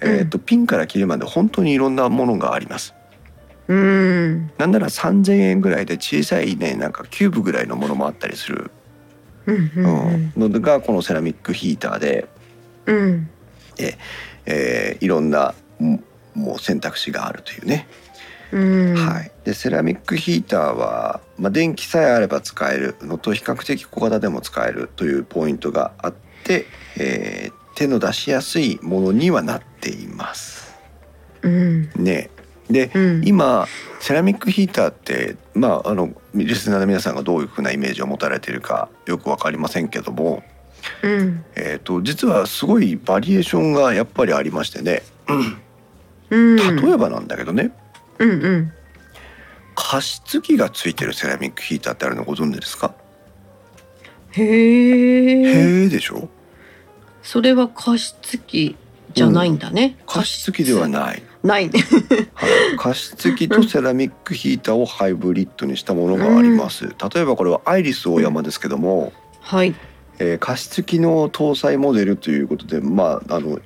Speaker 1: えーとピンから切るまで本当にいろんなものがあります。
Speaker 2: うん
Speaker 1: なんなら3,000円ぐらいで小さいねなんかキューブぐらいのものもあったりする、
Speaker 2: うんう
Speaker 1: うんんのがこのセラミックヒーターで、
Speaker 2: うん
Speaker 1: えーいろんなうんもう選択肢があるというね、
Speaker 2: うん
Speaker 1: はい、でセラミックヒーターは、まあ、電気さえあれば使えるのと比較的小型でも使えるというポイントがあって、えー手の出しやすいものにはなっています。
Speaker 2: うん
Speaker 1: ねで、
Speaker 2: うん
Speaker 1: 今セラミックヒーターってまああのリスナーの皆さんがどういうふうなイメージを持たれているかよくわかりませんけども、
Speaker 2: うん
Speaker 1: えー、と実はすごいバリエーションがやっぱりありましてね
Speaker 2: うん、
Speaker 1: 例えばなんだけどね、
Speaker 2: うんうん
Speaker 1: 加湿器がついてるセラミックヒーターってあるのご存知ですか、
Speaker 2: へえ
Speaker 1: へえでしょ
Speaker 2: それは加湿器じゃないんだね、
Speaker 1: 加湿器では
Speaker 2: 加
Speaker 1: ない、
Speaker 2: 湿 ないね
Speaker 1: はい、加湿器とセラミックヒーターをハイブリッドにしたものがあります、例えばこれはアイリスオーヤマですけども、
Speaker 2: はい
Speaker 1: えー加湿器の搭載モデルということでまああの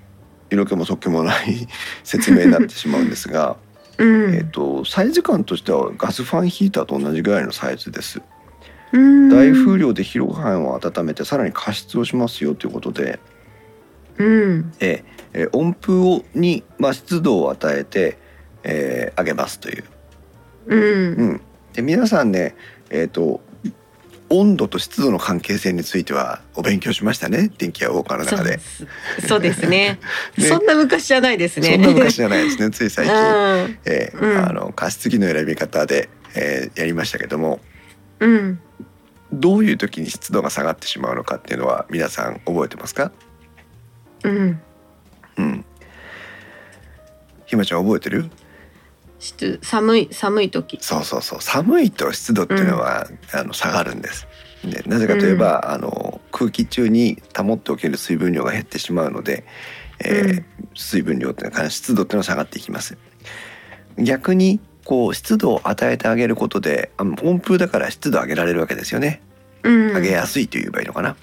Speaker 1: 色気も素っ気もない説明になってしまうんですが、
Speaker 2: うん、
Speaker 1: えっとサイズ感としてはガスファンヒーターと同じぐらいのサイズです。
Speaker 2: うん
Speaker 1: 大風量で広範囲を温めてさらに加湿をしますよということで、
Speaker 2: うん
Speaker 1: えーえー温風をに、まあ、湿度を与えて、えー上げますという。
Speaker 2: うん
Speaker 1: うん、で皆さんね、えー、と温度と湿度の関係性についてはお勉強しましたね電気屋ウォーカーの
Speaker 2: そ
Speaker 1: 中
Speaker 2: うで
Speaker 1: で。
Speaker 2: すそうですね
Speaker 1: ね
Speaker 2: そんな昔じゃないですね
Speaker 1: そんな昔じゃないです ねつい最近、えー
Speaker 2: うん
Speaker 1: あの加湿器の選び方で、えーやりましたけども
Speaker 2: うんうん
Speaker 1: どういう時に湿度が下がってしまうのかっていうのは皆さん覚えてますか
Speaker 2: うん
Speaker 1: うん。ひまちゃん覚えてる
Speaker 2: 湿寒い寒い時
Speaker 1: そうそうそう寒いと湿度っていうのは、あの下がるんです。でなぜかといえば、あの空気中に保っておける水分量が減ってしまうので、えー
Speaker 2: うん
Speaker 1: 水分量っていうのは湿度っていうのは下がっていきます。逆にこう湿度を与えてあげることであの温風だから湿度上げられるわけですよね
Speaker 2: うん
Speaker 1: 上げやすいと言えばいいのかな、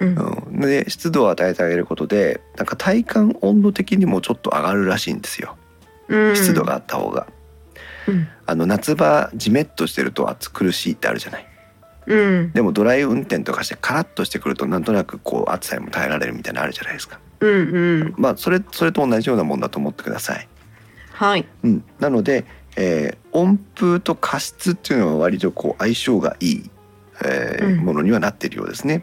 Speaker 2: うん
Speaker 1: うん、で湿度を与えてあげることでなんか体感温度的にもちょっと上がるらしいんですよ
Speaker 2: うん
Speaker 1: 湿度があった方が、
Speaker 2: うん
Speaker 1: あの夏場ジメッとしてると暑苦しいってあるじゃない
Speaker 2: うん
Speaker 1: でもドライ運転とかしてカラッとしてくるとなんとなくこう暑さにも耐えられるみたいなのあるじゃないですか
Speaker 2: うんうん
Speaker 1: まあそれそれと同じようなもんだと思ってください、
Speaker 2: はい
Speaker 1: うん、なので、えー温風と加湿っていうのは割とこう相性がいい、えー
Speaker 2: うん
Speaker 1: ものにはなっているようですね、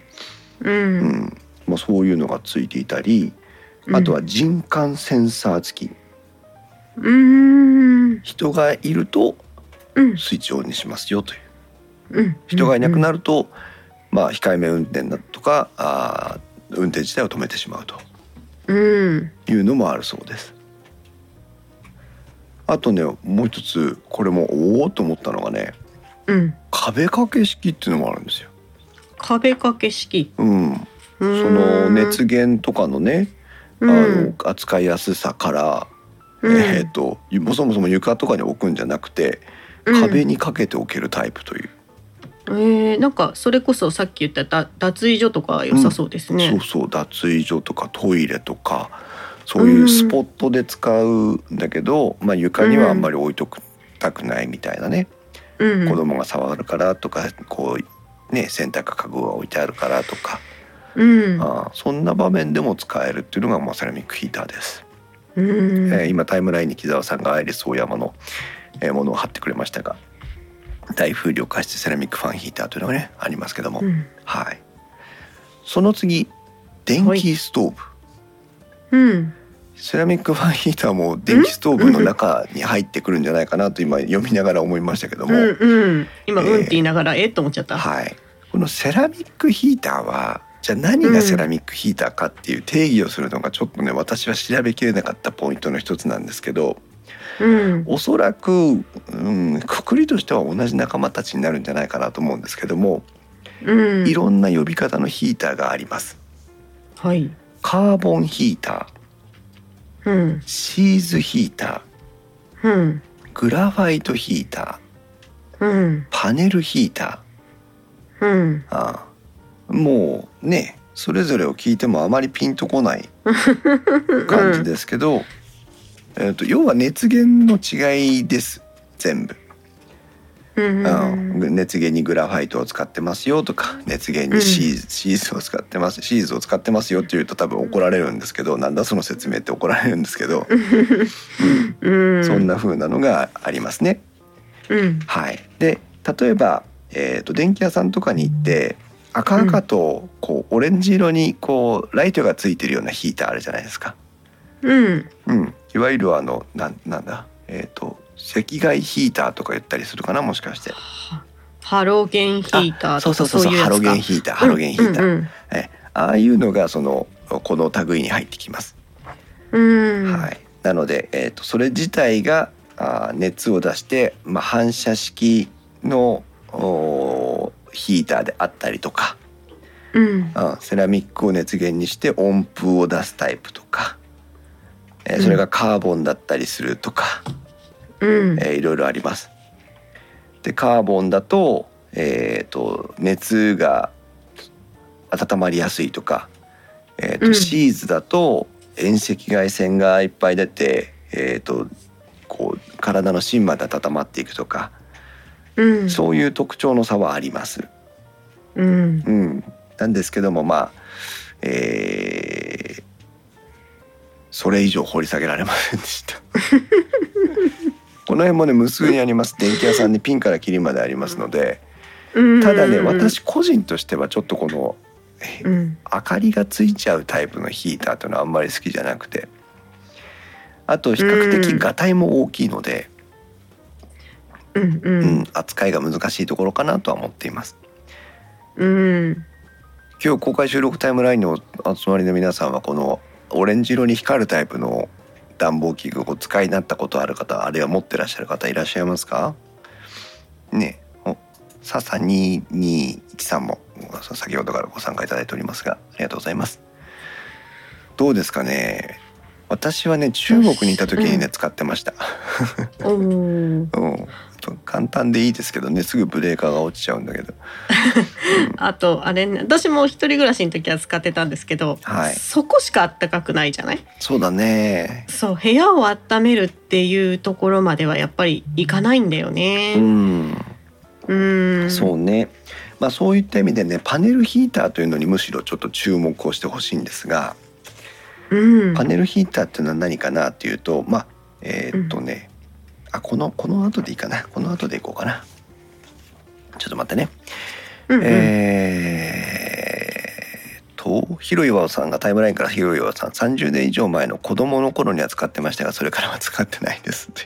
Speaker 2: う
Speaker 1: うんんまあ、そういうのがついていたり
Speaker 2: うん
Speaker 1: あとは人感センサー付き
Speaker 2: うん
Speaker 1: 人がいると
Speaker 2: うん
Speaker 1: スイッチオンにしますよという
Speaker 2: うん
Speaker 1: 人がいなく
Speaker 2: る
Speaker 1: なると、まあ控えめ運転だとかあー運転自体を止めてしまうと
Speaker 2: うん
Speaker 1: いうのもあるそうです。あとねもう一つこれもおおと思ったのがね
Speaker 2: うん
Speaker 1: 壁掛け式っていうのもあるんですよ。
Speaker 2: 壁掛け式
Speaker 1: うん、
Speaker 2: そ
Speaker 1: その熱源とかのね、あの扱いやすさから、えー、ともうそもそも床とかに置くんじゃなくて壁にかけておけるタイプという、
Speaker 2: えー、なんかそれこそさっき言っただ脱衣所とか良さそうです
Speaker 1: そう
Speaker 2: ね。
Speaker 1: そう脱衣所とかトイレとかそういうスポットで使うんだけど、まあ、床にはあんまり置いとくたくないみたいなね、
Speaker 2: うん、
Speaker 1: 子供が触るからとかこうね洗濯家具が置いてあるからとか、
Speaker 2: うん、
Speaker 1: あーそんな場面でも使えるっていうのが、まあ、セラミックヒーターです、
Speaker 2: うん、
Speaker 1: えー今タイムラインに木澤さんがアイリスオーヤマの、えーものを貼ってくれましたが大風量加湿セラミックファンヒーターというのがねありますけども、
Speaker 2: うん、
Speaker 1: はいその次電気ストーブ、
Speaker 2: うん、
Speaker 1: セラミックファンヒーターも電気ストーブの中に入ってくるんじゃないかなと今読みながら思いましたけども、
Speaker 2: うん、うん、今
Speaker 1: え
Speaker 2: う
Speaker 1: ー
Speaker 2: んって言いながら、えー、と思っちゃった。
Speaker 1: はい、このセラミックヒーターはじゃあ何がセラミックヒーターかっていう定義をするのがちょっとね私は調べきれなかったポイントの一つなんですけど
Speaker 2: うん、
Speaker 1: おそらく、うん、くくりとしては同じ仲間たちになるんじゃないかなと思うんですけども
Speaker 2: うん、
Speaker 1: いろんな呼び方のヒーターがあります。
Speaker 2: はい、
Speaker 1: カーボンヒーター
Speaker 2: うん、
Speaker 1: シーズヒータ
Speaker 2: うん、
Speaker 1: ーグラファイトヒーター
Speaker 2: うん、
Speaker 1: パネルヒーター
Speaker 2: うん、
Speaker 1: ああもうねそれぞれを聞いてもあまりピンとこ ない感じですけど、えー、と要は熱源の違いです全部、
Speaker 2: うんうん
Speaker 1: うん、熱源にグラファイトを使ってますよとか熱源にシーズ,、シーズを使ってますシーズを使ってますよって言うと多分怒られるんですけどなんだその説明って怒られるんですけど、
Speaker 2: うん
Speaker 1: そんな風なのがありますね。
Speaker 2: うん
Speaker 1: はい、で例えば、えー、と電気屋さんとかに行って赤々とこうオレンジ色にこうライトがついてるようなヒーターあるじゃないですか。
Speaker 2: うん
Speaker 1: うん、いわゆるあのなんなんだえっ、と赤外ヒーターとか言ったりするかなもしかして。
Speaker 2: ハロゲンヒーター
Speaker 1: そう
Speaker 2: と
Speaker 1: そう
Speaker 2: か
Speaker 1: そうそ
Speaker 2: そ
Speaker 1: うう
Speaker 2: いうや
Speaker 1: ハ
Speaker 2: つか
Speaker 1: ロゲンヒーターハロゲンヒーター、
Speaker 2: うん
Speaker 1: ああいうのがそのこの類に入ってきます。
Speaker 2: うんうん
Speaker 1: はい、なので、えー、とそれ自体があー熱を出して、まあ、反射式のおーヒーターであったりとか、
Speaker 2: うん
Speaker 1: うん、セラミックを熱源にして温風を出すタイプとか、えーそれがカーボンだったりするとか、
Speaker 2: うん
Speaker 1: えーいろいろあります。でカーボンだと,、えー、と熱が温まりやすいとか、えーと
Speaker 2: うん
Speaker 1: シーズだと遠赤外線がいっぱい出て、えー、とこう体の芯まで温まっていくとか、
Speaker 2: うん
Speaker 1: そういう特徴の差はあります。
Speaker 2: うん
Speaker 1: うん、なんですけどもまあ、えーそれ以上掘り下げられませんでした。この辺もね無数にあります電気屋さんにピンからキリまでありますので
Speaker 2: うん
Speaker 1: ただね
Speaker 2: うん
Speaker 1: 私個人としてはちょっとこの
Speaker 2: うん
Speaker 1: 明かりがついちゃうタイプのヒーターというのはあんまり好きじゃなくてあと比較
Speaker 2: う
Speaker 1: 的
Speaker 2: ん
Speaker 1: ガタイも大きいので、
Speaker 2: うんう
Speaker 1: うんん、扱いが難しいところかなとは思っています。
Speaker 2: うん
Speaker 1: 今日公開収録タイムラインのお集まりの皆さんはこのオレンジ色に光るタイプの暖房器具をお使いになったことある方あるいは持ってらっしゃる方いらっしゃいますかねえおささ2213さんも先ほどからご参加いただいておりますがありがとうございますどうですかね私はね中国にいた時にね、使ってました、
Speaker 2: おー
Speaker 1: うん、簡単でいいですけどねすぐブレーカーが落ちちゃうんだけど
Speaker 2: あとあれね私も一人暮らしの時は使ってたんですけど、
Speaker 1: はい
Speaker 2: そこしかあったかくないじゃない
Speaker 1: そうだね
Speaker 2: そう部屋を温めるっていうところまではやっぱりいかないんだよ
Speaker 1: う
Speaker 2: ね。
Speaker 1: ん
Speaker 2: うん、
Speaker 1: そうね、まあ、そういった意味でねパネルヒーターというのにむしろちょっと注目をしてほしいんですが
Speaker 2: う、うん、
Speaker 1: パネルヒーターっていうのは何かなっていうとまあえーっとね、あこのこの後でいいかなこの後でいこうかなちょっと待ってね、
Speaker 2: うんうん
Speaker 1: えーっと広岩尾さんがタイムラインから広岩尾さん30年以上前の子供の頃には使ってましたがそれからは使ってないですって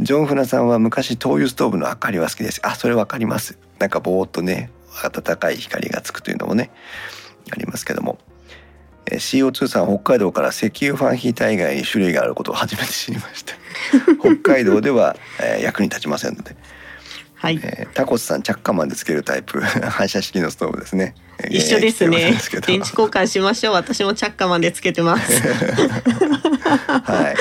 Speaker 1: ジョン・フナさんは昔灯油ストーブの明かりは好きですあそれわかりますなんかぼーっとね暖かい光がつくというのもねありますけどもえー CO2 さん北海道から石油ファンヒーター以外に種類があることを初めて知りました北海道では、えー役に立ちませんので
Speaker 2: はい、
Speaker 1: えータコスさんチャッカマンでつけるタイプ 反射式のストーブですね、えー
Speaker 2: 一緒です
Speaker 1: 現役
Speaker 2: ね
Speaker 1: つ けませ
Speaker 2: 電
Speaker 1: ん
Speaker 2: 池
Speaker 1: け
Speaker 2: 交換しましょう私もチャッカマンでつけ てます。
Speaker 1: どはい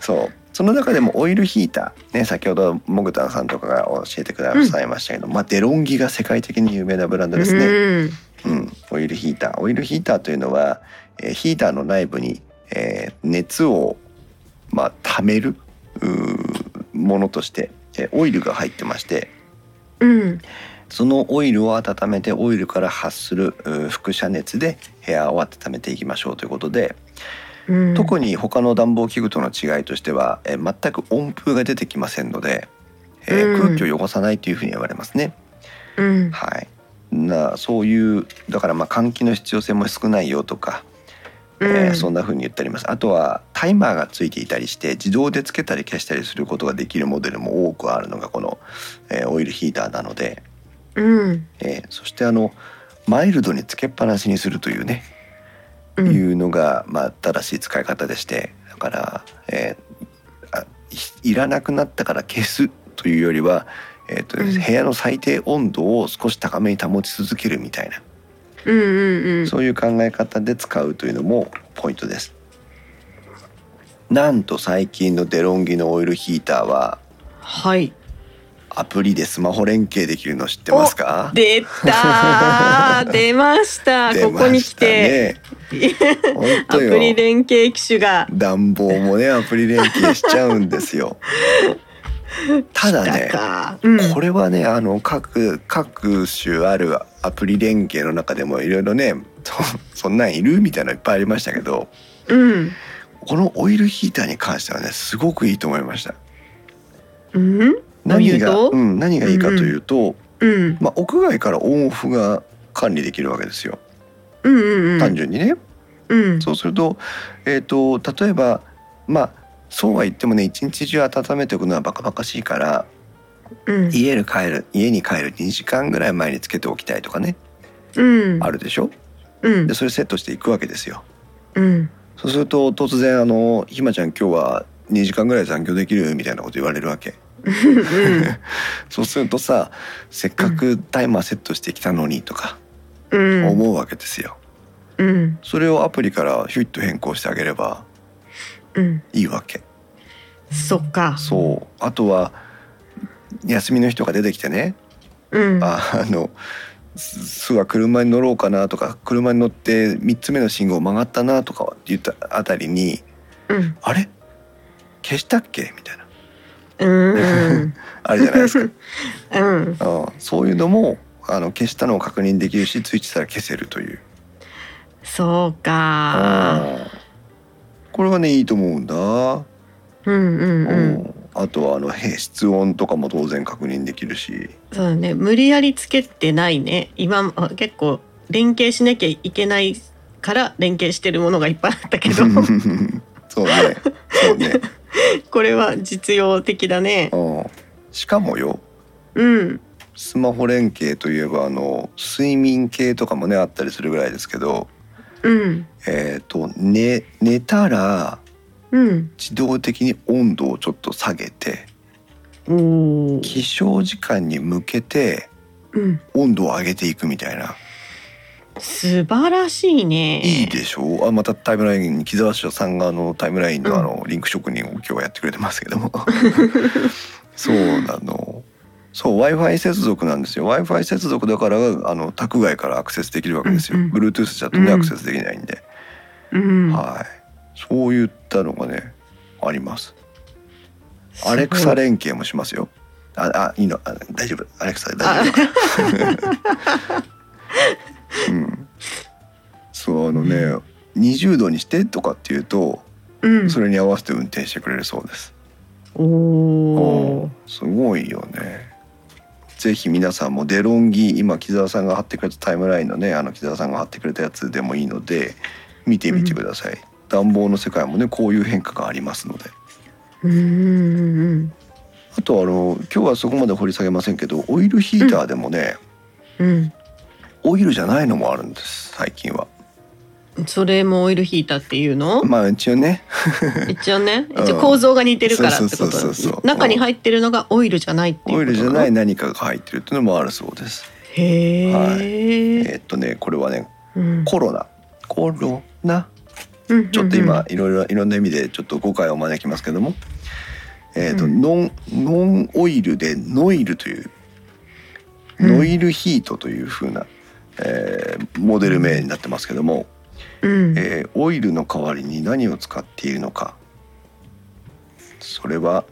Speaker 1: そうその中でもオイルヒーターね先ほどモグタンさんとかが教えてくださいましたけど、まあデロンギが世界的に有名なブランドですね、うんオイルヒーターオイルヒーターというのは、えーヒーターの内部に、えー熱をまあ溜めるうーものとして、えーオイルが入ってまして
Speaker 2: うんうん
Speaker 1: そのオイルを温めてオイルから発するうー輻射熱で部屋を温めていきましょうということで、
Speaker 2: うん、
Speaker 1: 特に他の暖房器具との違いとしては、えー全く温風が出てきませんので、えー
Speaker 2: う
Speaker 1: 空
Speaker 2: ん
Speaker 1: 気を汚さないというふうに言われますね。
Speaker 2: うん
Speaker 1: はい、なそういうだからまあ換気の必要性も少ないよとか、
Speaker 2: うん
Speaker 1: えーそんなふうに言ってあります。あとはタイマーがついていたりして自動でつけたり消したりすることができるモデルも多くあるのがこの、えーオイルヒーターなので。
Speaker 2: うん
Speaker 1: えーそしてあのマイルドにつけっぱなしにするというね、
Speaker 2: うん
Speaker 1: いうのが、まあ、正しい使い方でしてだから、えーあいいらなくなったから消すというよりは、えーと
Speaker 2: うん
Speaker 1: 部屋の最低温度を少し高めに保ち続けるみたいな、
Speaker 2: うんうんうん
Speaker 1: そういう考え方で使うというのもポイントです。なんと最近のデロンギのオイルヒーターは
Speaker 2: はい
Speaker 1: アプリでスマホ連携できるの知ってますか
Speaker 2: 出た ー出ました
Speaker 1: 出
Speaker 2: こ
Speaker 1: ま
Speaker 2: こに来
Speaker 1: した
Speaker 2: て、
Speaker 1: ね本
Speaker 2: ア
Speaker 1: 当
Speaker 2: プ
Speaker 1: よ
Speaker 2: リ連携機種が
Speaker 1: 暖房もねアプリ連携しちゃうんですよ。ただ
Speaker 2: だ
Speaker 1: ね
Speaker 2: か。うん
Speaker 1: これはねあの各各種あるアプリ連携の中でもいろいろね そそんなんいるみたいなのいっぱいありましたけど
Speaker 2: うん。
Speaker 1: このオイルヒーターに関してはねすごくいいと思いました
Speaker 2: うん。とい
Speaker 1: 何
Speaker 2: う
Speaker 1: が
Speaker 2: と
Speaker 1: うん、何がいいかというと、
Speaker 2: うん。
Speaker 1: まあ、屋外からオンオフが管理できるわけですよ
Speaker 2: うんうんうん。
Speaker 1: 単純にね、
Speaker 2: うん。
Speaker 1: そうすると,、えー、と例えばまあそうは言ってもね一日中温めておくのはバカバカしいから
Speaker 2: うん。
Speaker 1: 家に帰る家に帰る2時間ぐらい前につけておきたいとかね
Speaker 2: うん。
Speaker 1: あるでしょ
Speaker 2: うん
Speaker 1: で。それセットしていくわけですよ
Speaker 2: うん。
Speaker 1: そうすると突然あの「ひまちゃん今日は2時間ぐらい残業できる?」みたいなこと言われるわけそうするとさせっかくタイマーセットしてきたのにとか
Speaker 2: うん。うん。
Speaker 1: 思うわけですよ
Speaker 2: うん。
Speaker 1: それをアプリからヒュイッと変更してあげれば
Speaker 2: うん。
Speaker 1: いいわけ
Speaker 2: そっか。
Speaker 1: そうあとは休みの人が出てきてね
Speaker 2: うん。
Speaker 1: ああのすすは車に乗ろうかなとか車に乗って3つ目の信号曲がったなとかって言ったあたりに
Speaker 2: うん。
Speaker 1: 「あれ消したっけ?」みたいな
Speaker 2: うん。
Speaker 1: あるじゃないですか、
Speaker 2: うん。
Speaker 1: うん、そういうのもあの消したのを確認できるしツイッチしたら消せるという
Speaker 2: そうか。
Speaker 1: うんこれはねいいと思うんだ、
Speaker 2: うんう
Speaker 1: う
Speaker 2: んうん。
Speaker 1: んあとはあのへ室温とかも当然確認できるし
Speaker 2: そうだね。無理やりつけてないね。今あ結構連携しなきゃいけないから連携してるものがいっぱいあった けど、
Speaker 1: そうねそうね、
Speaker 2: これは実用的だね。
Speaker 1: うん、しかもよ
Speaker 2: うん。
Speaker 1: スマホ連携といえばあの睡眠系とかもねあったりするぐらいですけど、
Speaker 2: うん。
Speaker 1: えー、と寝寝たら
Speaker 2: うん。
Speaker 1: 自動的に温度をちょっと下げて
Speaker 2: おおー。
Speaker 1: 起床時間に向けて
Speaker 2: うん。
Speaker 1: 温度を上げていくみたいな、
Speaker 2: 素晴らしいね。
Speaker 1: いいでしょうあまたタイムラインに木澤さんがあのタイムライン
Speaker 2: う
Speaker 1: の
Speaker 2: ん
Speaker 1: あの、リンク職人を今日はやってくれてますけ どもそうなのそう w i f i 接続なんですよ w i f i 接続だからあの宅外からアクセスできるわけですよ、
Speaker 2: うんうん
Speaker 1: Bluetooth じゃとね、
Speaker 2: う
Speaker 1: ア
Speaker 2: ん
Speaker 1: クセスできないんで
Speaker 2: うん。
Speaker 1: はい。そういったのがね、あります。
Speaker 2: すごい
Speaker 1: アレクサ連携もしますよ。あ、あ、いいの、あ大丈夫、アレクサで大丈夫か。うん。そう、あのね、20度にしてとかっていうと、
Speaker 2: うん。
Speaker 1: それに合わせて運転してくれるそうです。
Speaker 2: おおー。
Speaker 1: すごいよね。ぜひ皆さんもデロンギ今木澤さんが貼ってくれたタイムラインのねあの木澤さんが貼ってくれたやつでもいいので見てみてください、暖房の世界もねこういう変化がありますので
Speaker 2: うんうんうん
Speaker 1: あとあの今日はそこまで掘り下げませんけどオイルヒーターでもね、
Speaker 2: うん。
Speaker 1: オイルじゃないのもあるんです最近は
Speaker 2: うん。それもオイルヒーターっていうの？
Speaker 1: まあ一応ね
Speaker 2: 一応ね、
Speaker 1: うん
Speaker 2: 一応構造が似てるからって
Speaker 1: そ
Speaker 2: こ
Speaker 1: うそうそうそう
Speaker 2: と。中に入ってるのがオイルじゃないっていうことか。
Speaker 1: オイルじゃない。何かが入ってるっていうのもあるそうです
Speaker 2: へえ。
Speaker 1: はいえーっとねこれはね
Speaker 2: うん
Speaker 1: コロナコロナ
Speaker 2: うん
Speaker 1: ちょっと今いろいろいろんな意味でちょっと誤解を招きますけどもえーっと、
Speaker 2: うん
Speaker 1: ノンノンオイルでノイルという
Speaker 2: うん
Speaker 1: ノイルヒートという風な、えーモデル名になってますけども、
Speaker 2: うん
Speaker 1: えーオイルの代わりに何を使っているのかそれは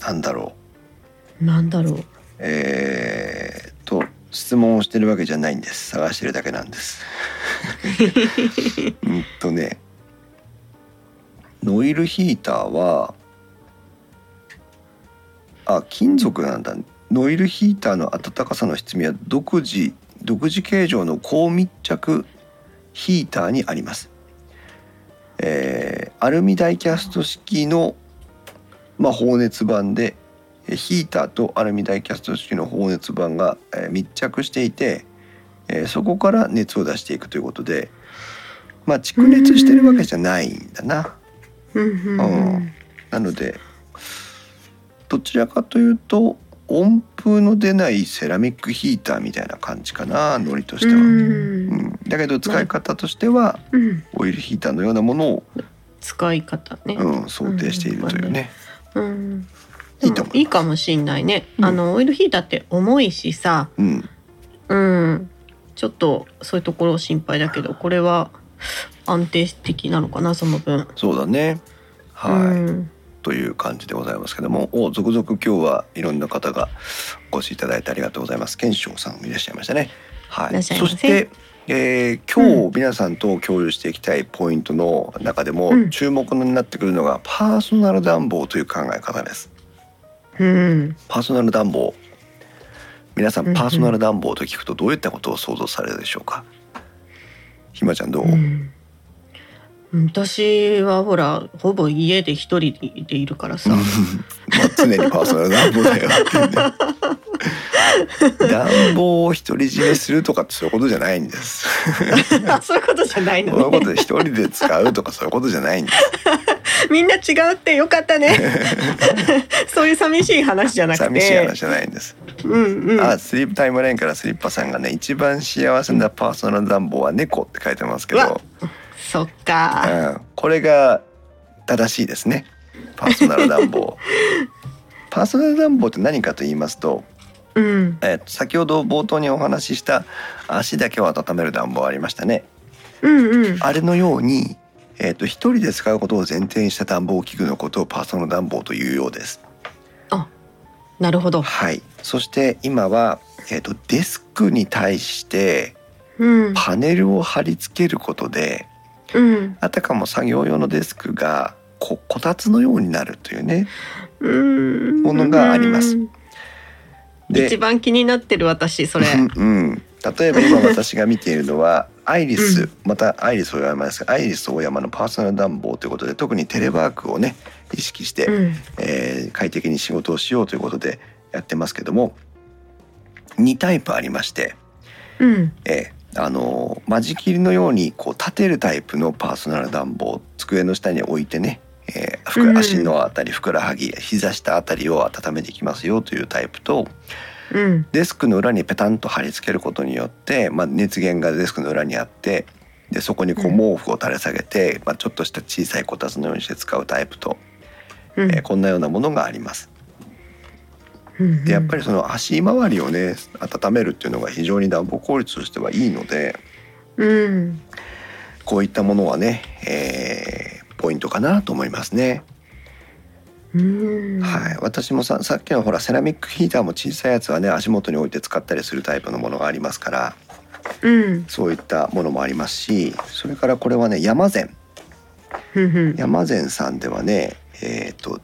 Speaker 1: 何だろ
Speaker 2: なんだろう。
Speaker 1: うえー、と質問をしてるわけじゃないんです探してるだけなんですうんとねノイルヒーターはあ金属なんだノイルヒーターの暖かさの質みは独自独自形状の高密着ヒーターにあります、えーアルミダイキャスト式の、まあ、放熱板でえーヒーターとアルミダイキャスト式の放熱板が、えー密着していて、えーそこから熱を出していくということで、まあ、蓄熱してるわけじゃないんだな。
Speaker 2: うん
Speaker 1: うんなのでどちらかというと温風の出ないセラミックヒーターみたいな感じかなノリとしては、
Speaker 2: うん
Speaker 1: うんだけど使い方としては
Speaker 2: うん
Speaker 1: オイルヒーターのようなものを、
Speaker 2: 使い方ね。
Speaker 1: うん、想定しているというね、
Speaker 2: うん。
Speaker 1: いいと思います
Speaker 2: いいかもしんないね。
Speaker 1: うん
Speaker 2: あのオイルヒーターって重いしさ、
Speaker 1: うん、
Speaker 2: うん。ちょっとそういうところ心配だけど、これは安定的なのかなその分。
Speaker 1: そうだねはい、
Speaker 2: うん
Speaker 1: という感じでございますけどもお続々今日はいろんな方がお越しいただいてありがとうございます賢章さんもいらっしゃいましたね。はい
Speaker 2: らっしゃいま
Speaker 1: そ
Speaker 2: せ
Speaker 1: して、えー今日皆さんと共有していきたいポイントの中でも、
Speaker 2: うん
Speaker 1: 注目になってくるのがパーソナル暖房という考え方です。
Speaker 2: うん。
Speaker 1: パーソナル暖房皆さ
Speaker 2: うんうん
Speaker 1: んパーソナル暖房と聞くとどういったことを想像されるでしょうかひまちゃんどう、
Speaker 2: うん私はほらほぼ家で一人でいるからさ、
Speaker 1: まあ常にパーソナル暖房だよっていうね暖房を独り占めするとかってそういうことじゃないんです
Speaker 2: あ そういうことじゃない
Speaker 1: そういう
Speaker 2: の
Speaker 1: こ
Speaker 2: ね
Speaker 1: とで一人で使うとかそういうことじゃないんです
Speaker 2: みんな違うってよか ったねそういう寂しい話じゃなくて
Speaker 1: 寂しい話じゃないんです、
Speaker 2: うんうん
Speaker 1: あスリープタイムラインからスリッパさんがね一番幸せなパーソナル暖房は猫って書いてますけ
Speaker 2: う
Speaker 1: ど
Speaker 2: わそっか
Speaker 1: うんこれが正しいですねパーソナル暖 房パーソナル暖房って何かと言いますと、
Speaker 2: うん
Speaker 1: えっと先ほど冒頭にお話しした足だけを温める暖房ありましたね
Speaker 2: うんうん
Speaker 1: あれのように、えっと一人で使うことを前提にした暖房器具のことをパーソナル暖房というようです
Speaker 2: なるほど
Speaker 1: はいそして今は、えっとデスクに対して
Speaker 2: うん
Speaker 1: パネルを貼り付けることで
Speaker 2: うん
Speaker 1: あたかも作業用のデスクがここたつのようになるというね
Speaker 2: うん
Speaker 1: ものがあります
Speaker 2: 一番気になってる私それ
Speaker 1: うんうん、例えば今私が見ているのは アイリス、またアイリス大山ですがアイリス大山のパーソナル暖房ということで特にテレワークをね意識して、
Speaker 2: うん
Speaker 1: えー快適に仕事をしようということでやってますけども2タイプありまして、
Speaker 2: うん
Speaker 1: えーあのー間仕切りのようにこう立てるタイプのパーソナル暖房机の下に置いてね、えーふく
Speaker 2: うん
Speaker 1: 足のあたりふくらはぎ膝下あたりを温めていきますよというタイプと、
Speaker 2: うん
Speaker 1: デスクの裏にペタンと貼り付けることによって、まあ、熱源がデスクの裏にあってでそこにこ
Speaker 2: うん
Speaker 1: う毛布を垂れ下げて、まあ、ちょっとした小さいこたつのようにして使うタイプと、
Speaker 2: うん
Speaker 1: えーこんなようなものがあります。
Speaker 2: うん
Speaker 1: でやっぱりその足回りをね温めるっていうのが非常に暖房効率としてはいいので
Speaker 2: うん
Speaker 1: こういったものはね、えーポイントかなと思いますね。
Speaker 2: うん
Speaker 1: はい、私もささっきのほらセラミックヒーターも小さいやつはね足元に置いて使ったりするタイプのものがありますから。
Speaker 2: うん
Speaker 1: そういったものもありますしそれからこれはね山善
Speaker 2: うんうん
Speaker 1: 山善さんではねえっ、と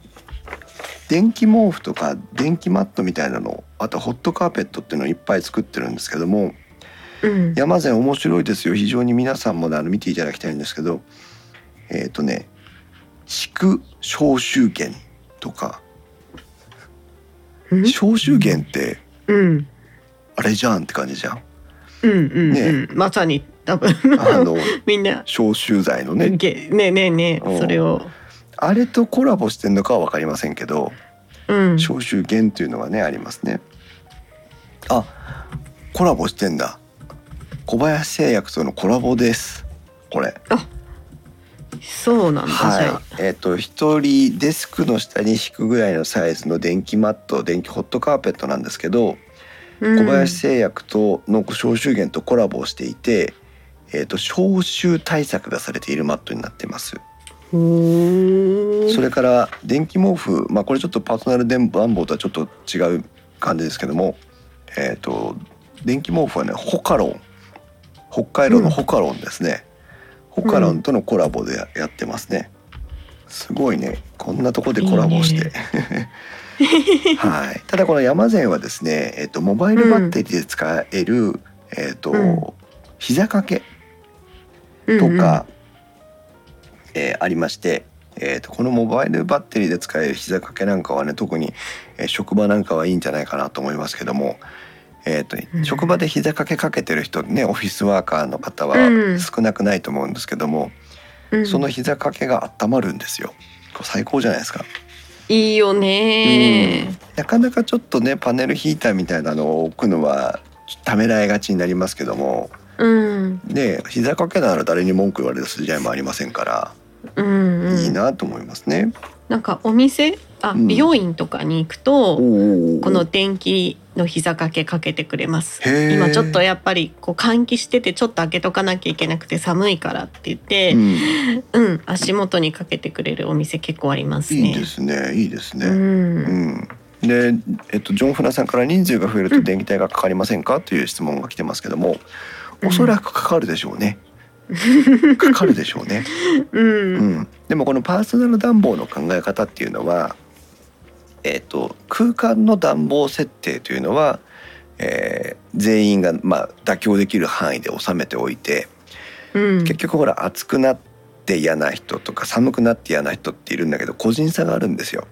Speaker 1: 電気毛布とか電気マットみたいなのあとホットカーペットっていうのをいっぱい作ってるんですけども
Speaker 2: うん
Speaker 1: 山善面白いですよ非常に皆さんもねあの見ていただきたいんですけどえっ、とね敷く消臭源とか
Speaker 2: うん
Speaker 1: 消臭源って
Speaker 2: うん
Speaker 1: あれじゃんって感じじゃん。
Speaker 2: うんうん、
Speaker 1: ね
Speaker 2: まさに多分
Speaker 1: あの
Speaker 2: みんな
Speaker 1: 消臭剤のね
Speaker 2: げねえねえね
Speaker 1: うん
Speaker 2: えそれを
Speaker 1: あれとコラボしてんのかは分かりませんけど。
Speaker 2: うん
Speaker 1: 消臭源というのがねありますね。あコラボしてんだ。小林製薬とのコラボです。これ。
Speaker 2: そうなんだ、じゃあ
Speaker 1: はい。えっ、と一人デスクの下に敷くぐらいのサイズの電気マット、電気ホットカーペットなんですけど、
Speaker 2: うん
Speaker 1: 小林製薬との消臭源とコラボをしていて、えっ、と消臭対策がされているマットになってます。
Speaker 2: ほー
Speaker 1: それから電気毛布、まあ、これちょっとパーソナル電暖房とはちょっと違う感じですけども、えー、と電気毛布はねホカロン北海道のホカロンですね、ホカロンとのコラボでややってますねすごいねこんなとこでコラボ してはい、ただこの山善はですね、えー、とモバイルバッテリーで使える、えーと
Speaker 2: うん
Speaker 1: 膝掛け
Speaker 2: う
Speaker 1: と
Speaker 2: んうん
Speaker 1: か、えーありまして、えー、とこのモバイルバッテリーで使える膝掛けなんかはね特に、えー職場なんかはいいんじゃないかなと思いますけども、えーと
Speaker 2: うん
Speaker 1: 職場で膝掛けかけてる人ねオフィスワーカーの方は
Speaker 2: うん
Speaker 1: 少なくないと思うんですけども、
Speaker 2: うん
Speaker 1: その膝掛けが温まるんですよ。これ最高じゃないですか、
Speaker 2: いいよね
Speaker 1: うんなかなかちょっとねパネルヒーターみたいなのを置くのはちょっとためらいがちになりますけども
Speaker 2: うん
Speaker 1: ね膝掛けなら誰に文句言われる筋合いもありませんから
Speaker 2: うんうん
Speaker 1: いいなと思いますね。
Speaker 2: なんかお店あ、
Speaker 1: うん
Speaker 2: 美容院とかに行くと、
Speaker 1: おお
Speaker 2: この電気の膝掛けかけてくれます
Speaker 1: へー
Speaker 2: 今ちょっとやっぱりこう換気しててちょっと開けとかなきゃいけなくて寒いからって言って
Speaker 1: う、ん、
Speaker 2: うん足元にかけてくれるお店結構ありますね。
Speaker 1: いいですねいいです
Speaker 2: う、
Speaker 1: ね、うんんでえっと、ジョン・フナさんから人数が増えると電気代がかかりませんかという質問が来てますけども
Speaker 2: うん
Speaker 1: おそらくかかるでしょう ね。かかるでしょうね、
Speaker 2: うん
Speaker 1: うん、でもこのパーソナル暖房の考え方っていうのは、えっと空間の暖房設定というのは、えー全員が、まあ、妥協できる範囲で収めておいて、
Speaker 2: うん
Speaker 1: 結局ほら暑くなって嫌な人とか寒くなって嫌な人っているんだけど個人差があるんですよ、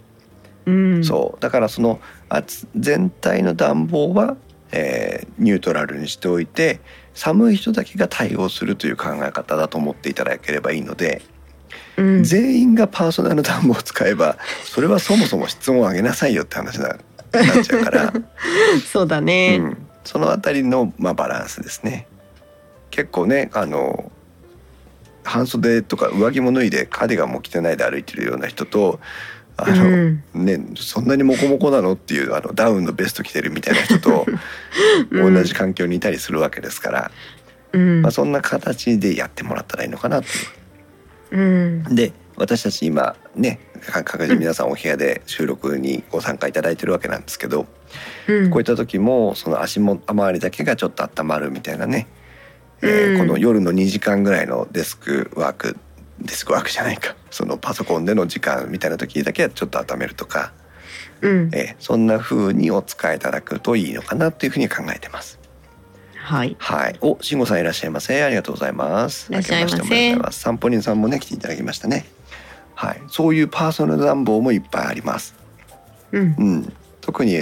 Speaker 2: うん、
Speaker 1: そうだからその暑全体の暖房は、えーニュートラルにしておいて寒い人だけが対応するという考え方だと思っていただければいいので、
Speaker 2: うん、
Speaker 1: 全員がパーソナル暖房を使えばそれはそもそも質問を上げなさいよって話にななっちゃうから、
Speaker 2: そうだ
Speaker 1: う
Speaker 2: ね。
Speaker 1: ん、そのあたりの、まあ、バランスですね結構ねあの半袖とか上着も脱いでカーディガンも着てないで歩いてるような人とあの、
Speaker 2: うん
Speaker 1: ね、そんなにモコモコなのっていうあのダウンのベスト着てるみたいな人と
Speaker 2: うん
Speaker 1: 同じ環境にいたりするわけですから、
Speaker 2: うん
Speaker 1: まあ、そんな形でやってもらったらいいのかなっていう
Speaker 2: うん
Speaker 1: で私たち今ねか各自皆さんお部屋で収録にご参加いただいてるわけなんですけど、
Speaker 2: うん
Speaker 1: こういった時もその足元周りだけがちょっと温まるみたいなね、えー
Speaker 2: うん
Speaker 1: この夜の2時間ぐらいのデスクワークデスクワークじゃないかそのパソコンでの時間みたいな時だけはちょっと温めるとか、
Speaker 2: うん
Speaker 1: えーそんな風にお使いいただくといいのかなというふうに考えてます。
Speaker 2: はい
Speaker 1: はい。お、慎吾さんいらっしゃいませ。ありがとうございます。
Speaker 2: いらっしゃいませ
Speaker 1: 明けしておめでとうございます。散歩人さんもね来ていただきましたね。はい。そういうパーソナル暖房もいっぱいあります。
Speaker 2: うん
Speaker 1: うん、特に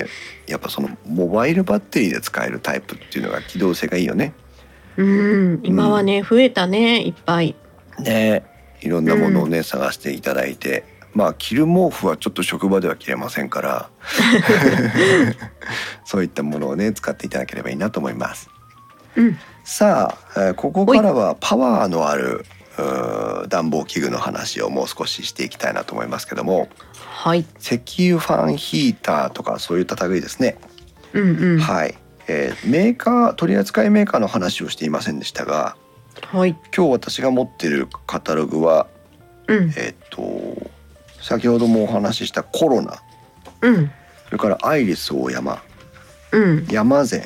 Speaker 1: やっぱそのモバイルバッテリーで使えるタイプっていうのが機動性がいいよね。
Speaker 2: うん今はね増えたねいっぱい。
Speaker 1: ねいろんなものをね、探していただいてまあ着る毛布はちょっと職場では着れませんから そういったものをね使っていただければいいなと思います。
Speaker 2: うん
Speaker 1: さあ、えーここからはパワーのあるうー暖房器具の話をもう少ししていきたいなと思いますけども
Speaker 2: はい
Speaker 1: 石油ファンヒーターとかそういった類ですね。
Speaker 2: うんうんは
Speaker 1: はい、えーメーカー取扱いメーカーの話をしていませんでしたが
Speaker 2: い
Speaker 1: 今日私が持ってるカタログは
Speaker 2: うん
Speaker 1: えっ、と先ほどもお話ししたコロナ
Speaker 2: うん
Speaker 1: それからアイリスオーヤマ
Speaker 2: うん
Speaker 1: ヤマゼ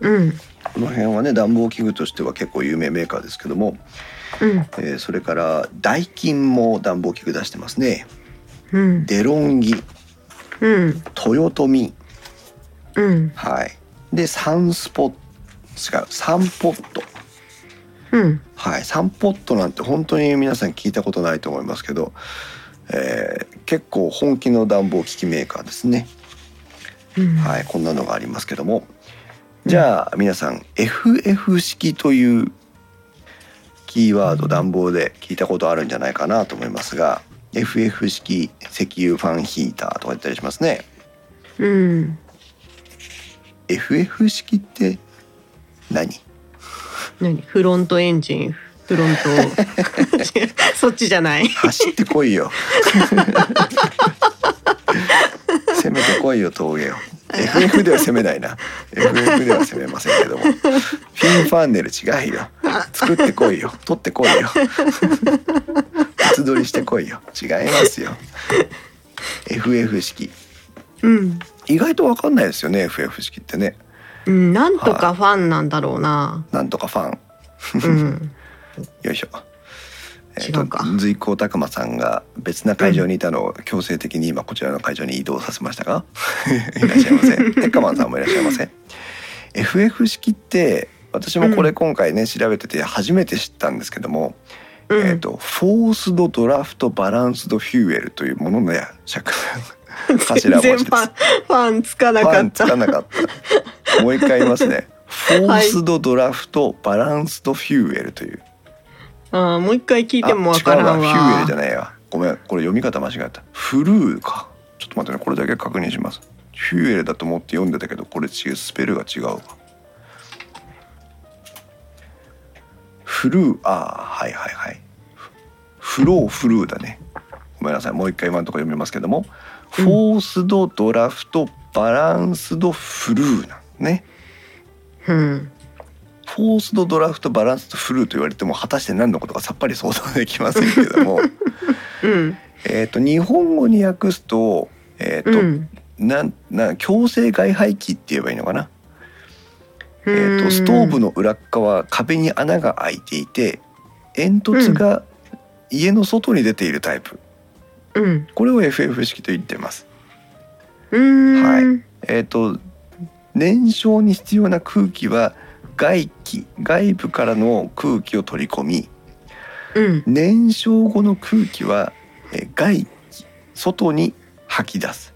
Speaker 1: ン
Speaker 2: うん
Speaker 1: この辺はね暖房器具としては結構有名メーカーですけども、
Speaker 2: うん
Speaker 1: えーそれからダイキンも暖房器具出してますね
Speaker 2: うん
Speaker 1: デロンギ
Speaker 2: うん
Speaker 1: 豊富
Speaker 2: うん
Speaker 1: はいでサンスポ違うサンポット
Speaker 2: うん
Speaker 1: はい、3ポットなんて本当に皆さん聞いたことないと思いますけど、えー結構本気の暖房機器メーカーですね、
Speaker 2: うん
Speaker 1: はい、こんなのがありますけどもじゃあ皆さん FF 式というキーワード暖房で聞いたことあるんじゃないかなと思いますが FF 式石油ファンヒーターとか言ったりしますね。
Speaker 2: うん。
Speaker 1: FF 式って何
Speaker 2: 何フロントエンジンフロント違うそっちじゃない。
Speaker 1: 走ってこいよ 攻めてこいよ峠を FF では攻めないな FF では攻めませんけどもフィンファンネル違うよ作ってこいよ取ってこいよ別撮りしてこいよ違いますよ FF 式
Speaker 2: うん。
Speaker 1: 意外と分かんないですよね FF 式ってね
Speaker 2: うん、なんとかファンなんだろうな。
Speaker 1: なんとかファン
Speaker 2: うん。
Speaker 1: よいしょ。えっ
Speaker 2: 違
Speaker 1: と
Speaker 2: うか
Speaker 1: 随行拓馬さんが別な会場にいたのを強制的に今こちらの会場に移動させましたが いらっしゃいませ テッカマンさんもいらっしゃいませ FF 式って私もこれ今回ね調べてて初めて知ったんですけども、
Speaker 2: うん
Speaker 1: えっとフォースドドラフトバランスドフューエルというものの や尺
Speaker 2: 全
Speaker 1: 柱文字で
Speaker 2: 然フ
Speaker 1: す
Speaker 2: ァン、ファンつかな
Speaker 1: パ
Speaker 2: かっ
Speaker 1: ンつか
Speaker 2: た。
Speaker 1: なかったもう一回言います ねフォースドドラフトバランスドフューエルという
Speaker 2: あーもう一回聞い
Speaker 1: あ
Speaker 2: てもわから
Speaker 1: 違
Speaker 2: ん
Speaker 1: う
Speaker 2: わ。
Speaker 1: フューエルじゃないやごめんこれ読み方間違えたフルーかちょっと待ってねこれだけ確認しますフューエルだと思って読んでたけどこれ違うスペルが違うわフルーあーはいはいはいフローフルーだねごごめんなさいもう一回今のところ読みますけども、フォースドドラフトバランスドフルーなんですね
Speaker 2: うん。
Speaker 1: フォースドドラフトバランスドフルーと言われても果たして何のことかさっぱり想像できませんけども
Speaker 2: うん。
Speaker 1: えーと日本語に訳すと,、えーと
Speaker 2: うん。
Speaker 1: なんなん強制外排気って言えばいいのかな、
Speaker 2: え
Speaker 1: えーとストーブの裏っ側壁に穴が開いていて煙突が家の外に出ているタイプ、
Speaker 2: うん。
Speaker 1: これを FF 式と言ってます。
Speaker 2: うん。
Speaker 1: はえー、と燃焼に必要な空気は外気外部からの空気を取り込み
Speaker 2: うん。
Speaker 1: 燃焼後の空気はえー外気外に吐き出す。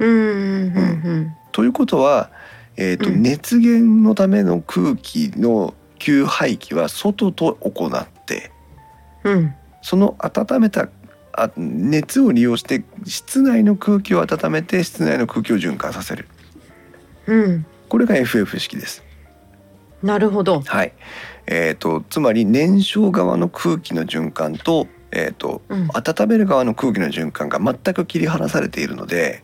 Speaker 2: うん。うん。
Speaker 1: ということは、えーと
Speaker 2: うん
Speaker 1: 熱源のための空気の給排気は外と行って
Speaker 2: うん。
Speaker 1: その温めたあ熱を利用して室内の空気を温めて室内の空気を循環させる
Speaker 2: うん。
Speaker 1: これが FF 式です。
Speaker 2: なるほど。
Speaker 1: はいえー、とつまり燃焼側の空気の循環と,、えー、と
Speaker 2: うん。
Speaker 1: 温める側の空気の循環が全く切り離されているので、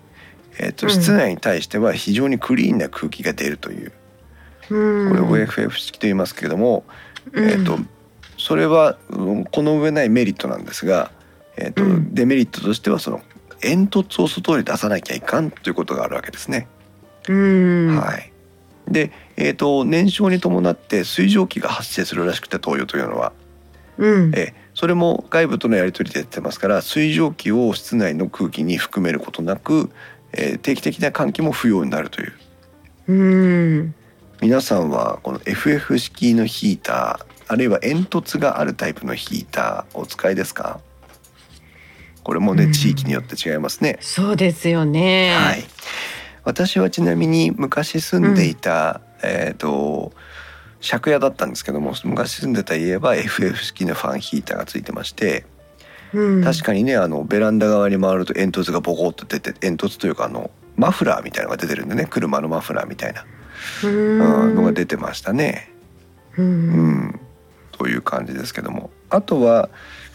Speaker 1: えー、
Speaker 2: う
Speaker 1: と
Speaker 2: ん
Speaker 1: 室内に対しては非常にクリーンな空気が出るという
Speaker 2: うん
Speaker 1: これを FF 式と言いますけれども、えー、と
Speaker 2: うん
Speaker 1: それは、うんこの上ないメリットなんですが、えーと
Speaker 2: うん
Speaker 1: デメリットとしてはその煙突を外に出さなきゃいかんということがあるわけですね。
Speaker 2: うん。
Speaker 1: はいで、えー、と燃焼に伴って水蒸気が発生するらしくて灯油というのは、
Speaker 2: うん。
Speaker 1: えーそれも外部とのやり取りでやってますから水蒸気を室内の空気に含めることなく、えー定期的な換気も不要になるという
Speaker 2: うん。
Speaker 1: 皆さんはこの FF 式のヒーターあるいは煙突があるタイプのヒーターお使いですかこれもね、
Speaker 2: うん
Speaker 1: 地域によって違いますね、
Speaker 2: そうですよね。
Speaker 1: はい。私はちなみに昔住んでいた、えっ、と借家だったんですけども昔住んでた家は FF 式のファンヒーターがついてまして、
Speaker 2: うん。
Speaker 1: 確かにねあのベランダ側に回ると煙突がボコッと出て煙突というかあのマフラーみたいなのが出てるんでね車のマフラーみたいな、
Speaker 2: に。
Speaker 1: うん、の
Speaker 2: う
Speaker 1: が
Speaker 2: ん。
Speaker 1: 出てましたね。
Speaker 2: う。
Speaker 1: うんん、という感じですけどもあとは、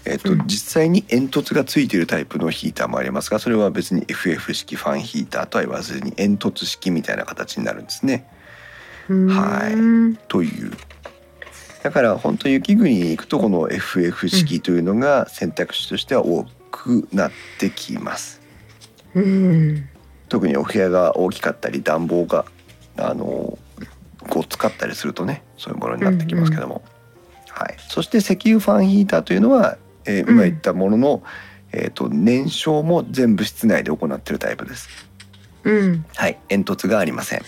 Speaker 1: えっと
Speaker 2: うん
Speaker 1: 実際に煙突がついているタイプのヒーターもありますがそれは別に FF 式ファンヒーターとは言わずに煙突式みたいな形になるんですね。
Speaker 2: うん
Speaker 1: はいというだから本当雪国に行くとこの FF 式というのが選択肢としては多くなってきます。
Speaker 2: うん。
Speaker 1: 特にお部屋が大きかったり暖房があのごつかったりするとねそういうものになってきますけども、はい、そして石油ファンヒーターというのは、えー
Speaker 2: うん
Speaker 1: 今言ったものの、えー、と燃焼も全部室内で行ってるタイプです。
Speaker 2: うん。
Speaker 1: はい、煙突がありません。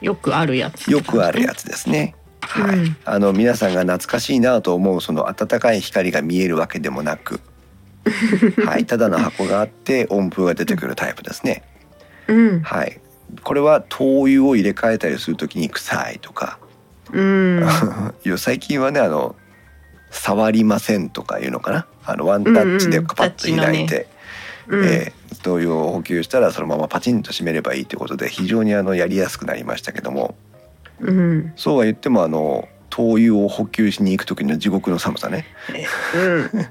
Speaker 2: よくあるやつ。
Speaker 1: よくあるやつですね。はい、
Speaker 2: うん
Speaker 1: あの皆さんが懐かしいなと思うその暖かい光が見えるわけでもな く、はい、ただの箱があって温風が出てくるタイプですね。
Speaker 2: うん。
Speaker 1: はい、これは灯油を入れ替えたりするときに臭いとか、
Speaker 2: うん。
Speaker 1: いや最近はねあの触りませんとかいうのかなあのワンタッチで
Speaker 2: うんうん
Speaker 1: パッと開いて、
Speaker 2: う ん
Speaker 1: えー灯油を補給したらそのままパチンと閉めればいいということで非常にあのやりやすくなりましたけども
Speaker 2: うん。
Speaker 1: そうは言ってもあの灯油を補給しに行く時の地獄の寒さ ね
Speaker 2: うん。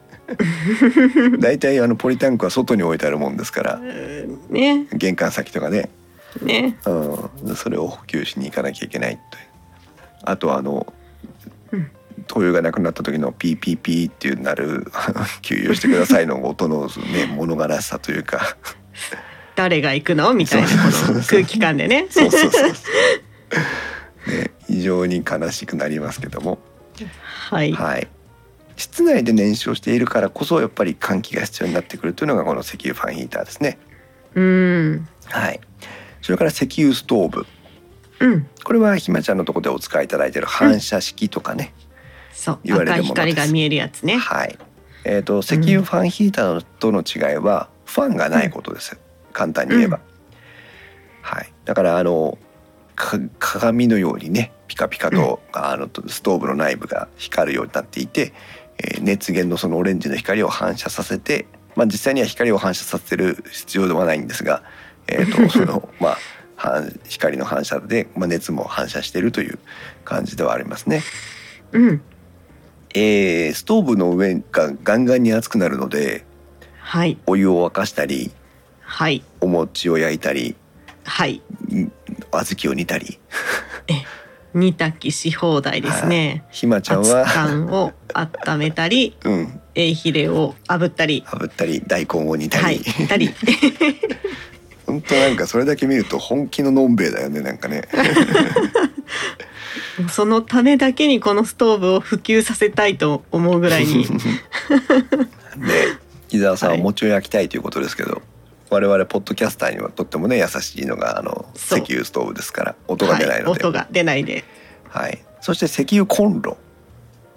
Speaker 1: 大体あのポリタンクは外に置いてあるもんですから
Speaker 2: ね。
Speaker 1: 玄関先とかね
Speaker 2: ね。
Speaker 1: うん、それを補給しに行かなきゃいけないというあとはあの、
Speaker 2: うん
Speaker 1: 灯油がなくなった時のピーピーピーっていうなる 給油してくださいの音の、ね、物悲しさという か
Speaker 2: 誰が行くのみたいなこ
Speaker 1: そうそうそう
Speaker 2: の
Speaker 1: そう
Speaker 2: 空気感でね。
Speaker 1: そうそうそうね、非常に悲しくなりますけども、
Speaker 2: はい。
Speaker 1: はい、室内で燃焼しているからこそやっぱり換気が必要になってくるというのがこの石油ファンヒーターですね。
Speaker 2: うん。
Speaker 1: はい、それから石油ストーブ
Speaker 2: うん。
Speaker 1: これはひまちゃんのところでお使いいただいている反射式とかね、
Speaker 2: そう。
Speaker 1: 言われ
Speaker 2: 赤
Speaker 1: るも
Speaker 2: い
Speaker 1: のです
Speaker 2: 光が見えるやつね。
Speaker 1: はい。えっ、と石油ファンヒーターとの違いはファンがないことです。簡単に言えば。
Speaker 2: うん
Speaker 1: はい。だからあのか鏡のようにねピカピカと、あのストーブの内部が光るようになっていて、えー熱源のそのオレンジの光を反射させて、まあ実際には光を反射させる必要ではないんですが、えっ、とそのまあ反光の反射で、まあ、熱も反射しているという感じではありますね。
Speaker 2: うん。
Speaker 1: えーストーブの上がガンガンに熱くなるので、
Speaker 2: はい
Speaker 1: お湯を沸かしたり
Speaker 2: はい
Speaker 1: お餅を焼いたり
Speaker 2: はい
Speaker 1: ん小豆を煮たり
Speaker 2: 煮炊きし放題ですね。
Speaker 1: ひまちゃん
Speaker 2: 熱
Speaker 1: は、
Speaker 2: 燗を温めたり
Speaker 1: うん、
Speaker 2: えーヒレを炙ったり
Speaker 1: 炙ったり大根を煮たり、
Speaker 2: はい煮たり
Speaker 1: 本当なんかそれだけ見ると本気ののんべえだよねなんかね
Speaker 2: そのためだけにこのストーブを普及させたいと思うぐら いに
Speaker 1: で伊沢さんは
Speaker 2: はい
Speaker 1: 餅を焼きたいということですけど、我々ポッドキャスターにはとってもね優しいのがあの
Speaker 2: そ
Speaker 1: 石
Speaker 2: う
Speaker 1: 油ストーブですから音が出ないの
Speaker 2: はい、
Speaker 1: で、
Speaker 2: 音
Speaker 1: はい
Speaker 2: が出ないで
Speaker 1: そして石油コンロ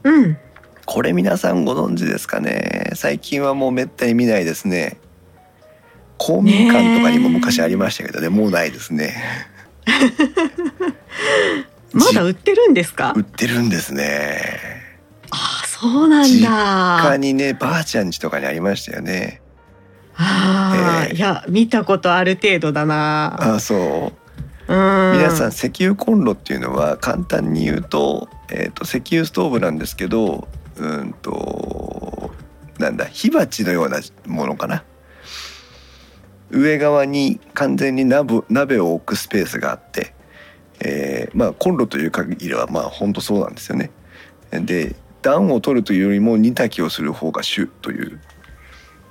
Speaker 2: うん
Speaker 1: これ皆さんご存知ですかね最近はもうめったに見ないですね公民館とかにも昔ありましたけどねもうないですね
Speaker 2: まだ売ってるんですか
Speaker 1: 売ってるんですね
Speaker 2: ああそうなん
Speaker 1: 実
Speaker 2: だ
Speaker 1: 他にねばあちゃん家とかにありましたよね
Speaker 2: ああ、
Speaker 1: えー
Speaker 2: いや見たことある程度だな
Speaker 1: あそう
Speaker 2: うん
Speaker 1: 皆さん石油コンロっていうのは簡単に言うと,、えー、と石油ストーブなんですけどうーんとなんだ火鉢のようなものかな上側に完全に鍋鍋を置くスペースがあって、えーまあコンロという限りはまあ本当そうなんですよねで暖を取るというよりも煮炊きをする方が主という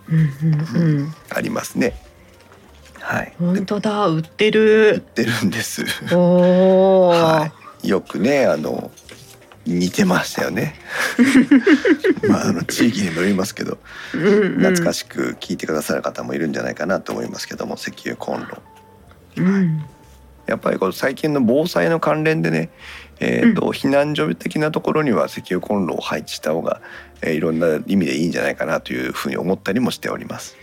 Speaker 2: うんうんうん
Speaker 1: ありますねはいで
Speaker 2: 本当だ売って
Speaker 1: 売っ
Speaker 2: る
Speaker 1: てるんです
Speaker 2: おお、
Speaker 1: はい、よくねあの似てましたよね まああの地域にもよりますけど
Speaker 2: うんうん、
Speaker 1: 懐か
Speaker 2: し
Speaker 1: しく聞いてくださる方もいるんじゃないかなと思いますけども石油コンロ
Speaker 2: い、うん、
Speaker 1: やっぱりこう最近の防災の関連でね、えーと避難所的なところには石油コンロを配置した方が、えーいろんな意味でいいんじゃないかなというふうに思ったりもしております、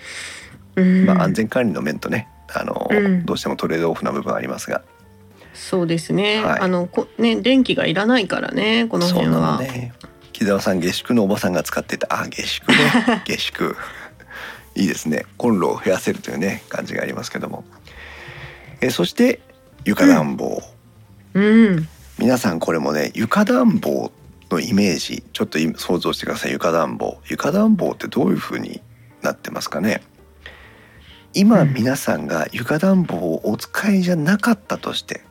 Speaker 2: うん
Speaker 1: まあ、安全管理の面とねあの、
Speaker 2: うん
Speaker 1: どうしてもトレードオフな部分ありますが
Speaker 2: そうですね、
Speaker 1: はい
Speaker 2: あのこね電気がいらないからねこの
Speaker 1: そう
Speaker 2: 辺
Speaker 1: な
Speaker 2: は
Speaker 1: のね木澤さん下宿のおばさんが使ってたあ下宿ね下宿いいですねコンロを増やせるというね感じがありますけどもえそして床暖房、
Speaker 2: うん
Speaker 1: 皆さんこれもね床暖房のイメージちょっとい想像してください床暖房床暖房ってどういう風になってますかね今
Speaker 2: うん
Speaker 1: 皆さんが床暖房をお使いじゃなかったとして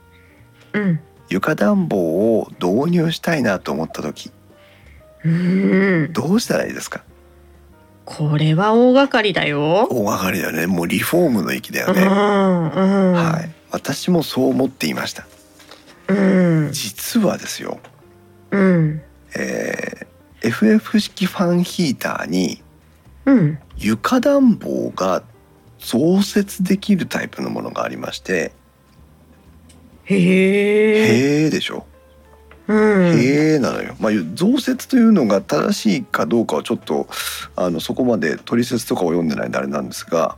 Speaker 2: うん
Speaker 1: 床暖房を導入したいなと思った時
Speaker 2: うん
Speaker 1: どうしたらいいですか
Speaker 2: これは大掛かりだよ、
Speaker 1: 大掛かりだよねもうリフォームの域だ
Speaker 2: う
Speaker 1: よ
Speaker 2: ん
Speaker 1: ね、
Speaker 2: うん
Speaker 1: はい私もそう思っていました
Speaker 2: うん
Speaker 1: 実はですよ
Speaker 2: うん
Speaker 1: えー FF 式ファンヒーターに
Speaker 2: うん
Speaker 1: 床暖房が増設できるタイプのものがありまして「
Speaker 2: へえ
Speaker 1: へえ」でしょ「
Speaker 2: うん
Speaker 1: へえ」なのよ、まあ、増設というのが正しいかどうかはちょっとあのそこまで取説とかを読んでないんであれなんですが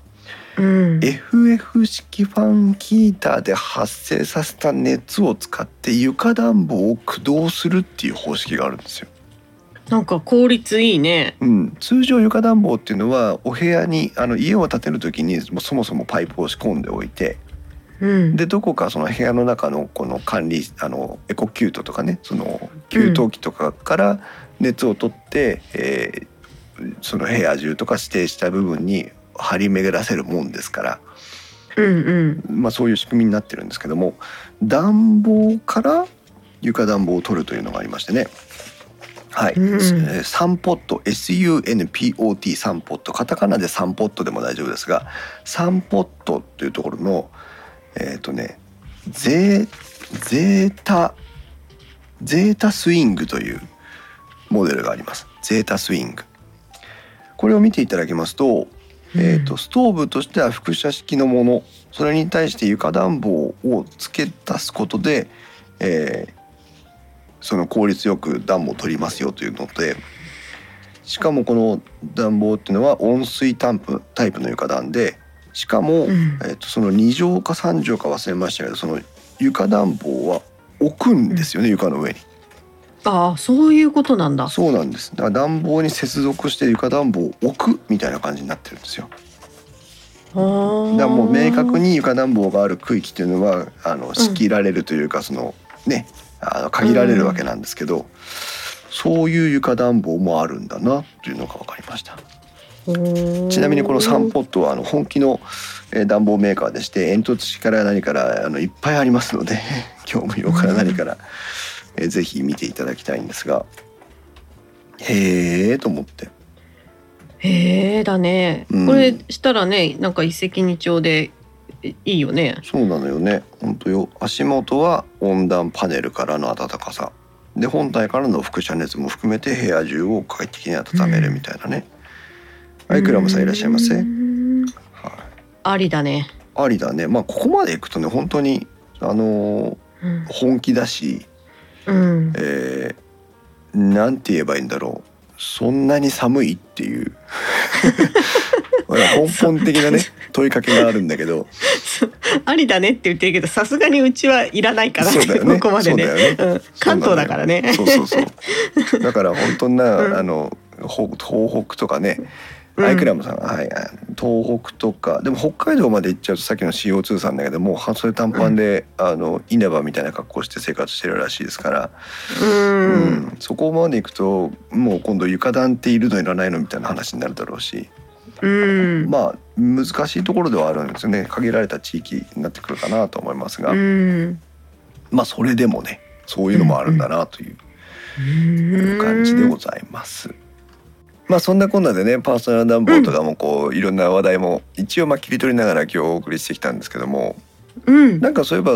Speaker 2: うん、
Speaker 1: FF 式ファンヒーターで発生させた熱を使って床暖房を駆動するっていう方式があるんですよ。
Speaker 2: なんか効率いいね
Speaker 1: うん、通常床暖房っていうのはお部屋にあの家を建てる時にもうそもそもパイプを仕込んでおいて
Speaker 2: うん
Speaker 1: でどこかその部屋の中のこの管理あのエコキュートとかねその給湯器とかから熱を取って、えーその部屋中とか指定した部分に張り巡らせるもんですから
Speaker 2: うんうん
Speaker 1: まあ、そういう仕組みになってるんですけども暖房から床暖房を取るというのがありましてねはい、
Speaker 2: うん
Speaker 1: えーサンポット SUNPOT サンポットカタカナでサンポットでも大丈夫ですがサンポットというところのえっ、とねゼゼータゼータスイングというモデルがありますゼータスイングこれを見ていただきますとえー、とストーブとしては輻射式のものそれに対して床暖房を付け足すことで、えーその効率よく暖房を取りますよというのでしかもこの暖房っていうのは温水タンプタイプの床暖でしかも、
Speaker 2: うん
Speaker 1: えー、とその2畳か3畳か忘れましたけどその床暖房は置くんですよね、床の上に。
Speaker 2: ああそういうことなんだ
Speaker 1: そうなんですだから暖房に接続して床暖房を置くみたいな感じになってるんですよ。
Speaker 2: あ
Speaker 1: だからもう明確
Speaker 2: に
Speaker 1: に床暖房がある区域っていうのはあの仕切られるというか、そのねあの限られるわけなんですけど、そういう床暖房もあるんだなっていうのが分かりました。ちなみにこのサン
Speaker 2: 散歩
Speaker 1: ポットはあの本気のえー暖房メーカーでして煙突式から何からあのいっぱいありますので 業務用から何から、えーぜひ見ていただきたいんですがへえと思って
Speaker 2: へえだね、
Speaker 1: うん
Speaker 2: これしたらねなんか一石二鳥でいいいよね
Speaker 1: そうなのよね本当よ足元は温暖パネルからの暖かさで本体からの輻射熱も含めて部屋中を快適に温めるみたいなね、はいクラムさんいらっしゃいませ、
Speaker 2: う
Speaker 1: はい、
Speaker 2: んありだね、
Speaker 1: ありだねまあここまでいくとね本当にあのー
Speaker 2: うん
Speaker 1: 本気だし
Speaker 2: うん、
Speaker 1: えーなんて言えばいいんだろうそんなに寒いっていう ほら根本的なね問いかけがあるんだけど
Speaker 2: ありだねって言ってるけどさすがにうちはいらないから
Speaker 1: そうだよね
Speaker 2: ここまでね
Speaker 1: そうだよ
Speaker 2: うん、関東だからね
Speaker 1: そうそうそうだから本当な、
Speaker 2: うん
Speaker 1: あのほ東北とかね、
Speaker 2: うん
Speaker 1: アイクラムさんはいあ東北とかでも北海道まで行っちゃうとさっきの CO2 さんだけどもう半袖短パンで、あの稲葉みたいな格好して生活してるらしいですから、
Speaker 2: うん
Speaker 1: うんそこまで行くともう今度床暖っているのいらないのみたいな話になるだろうし、
Speaker 2: うん、
Speaker 1: まあ難しいところではあるんですよね限られた地域になってくるかなと思いますが、
Speaker 2: うん
Speaker 1: まあそれでもねそういうのもあるんだなという感じでございます。まあそんなこんなでねパーソナル暖房とかもこういろんな話題も一応まあ切り取りながら今日お送りしてきたんですけども
Speaker 2: うん
Speaker 1: なんかそういえば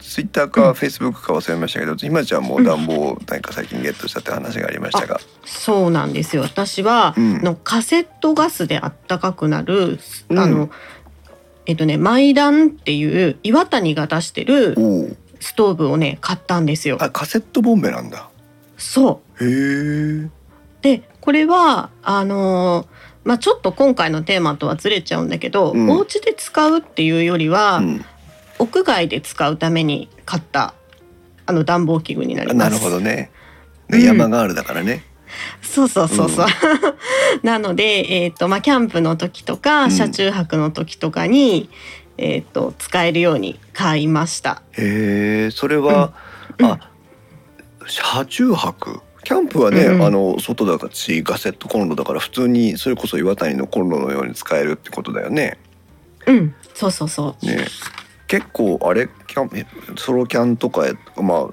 Speaker 1: ツイッターかフェイスブックか忘れましたけどひまちゃんも暖房を何か最近ゲットしたって話がありましたが
Speaker 2: そうなんですよ私は、
Speaker 1: うん
Speaker 2: あのカセットガスであったかくなる、
Speaker 1: うん
Speaker 2: あのえっとねマイダンっていう岩谷が出してる
Speaker 1: おお
Speaker 2: ストーブをね買ったんですよ。
Speaker 1: あカセットボンベなんだ
Speaker 2: そ
Speaker 1: へえ
Speaker 2: うでこれはあのーまあ、ちょっと今回のテーマとはずれちゃうんだけど、
Speaker 1: うん
Speaker 2: お家で使うっていうよりは、
Speaker 1: うん
Speaker 2: 屋外で使うために買ったあの暖房器具になりま
Speaker 1: な
Speaker 2: す。
Speaker 1: るほどね
Speaker 2: う
Speaker 1: ね
Speaker 2: ん
Speaker 1: 山ガールだからね
Speaker 2: そうそうそうそう。 なので、えっ、と、まあ、キャンプの時と
Speaker 1: う
Speaker 2: か、
Speaker 1: ん
Speaker 2: 車中泊の時とかに。えっ、と、使えるように買いました。
Speaker 1: へえそれは、
Speaker 2: うんうん
Speaker 1: あ車中泊キャンプはね、
Speaker 2: うん
Speaker 1: あの外だからしガセットコンロだから普通にそれこそ岩谷のコンロのように使えるってことだよね。
Speaker 2: うん、そうそうそう。
Speaker 1: ね結構あれキャンえソロキャンとかへまあ行っ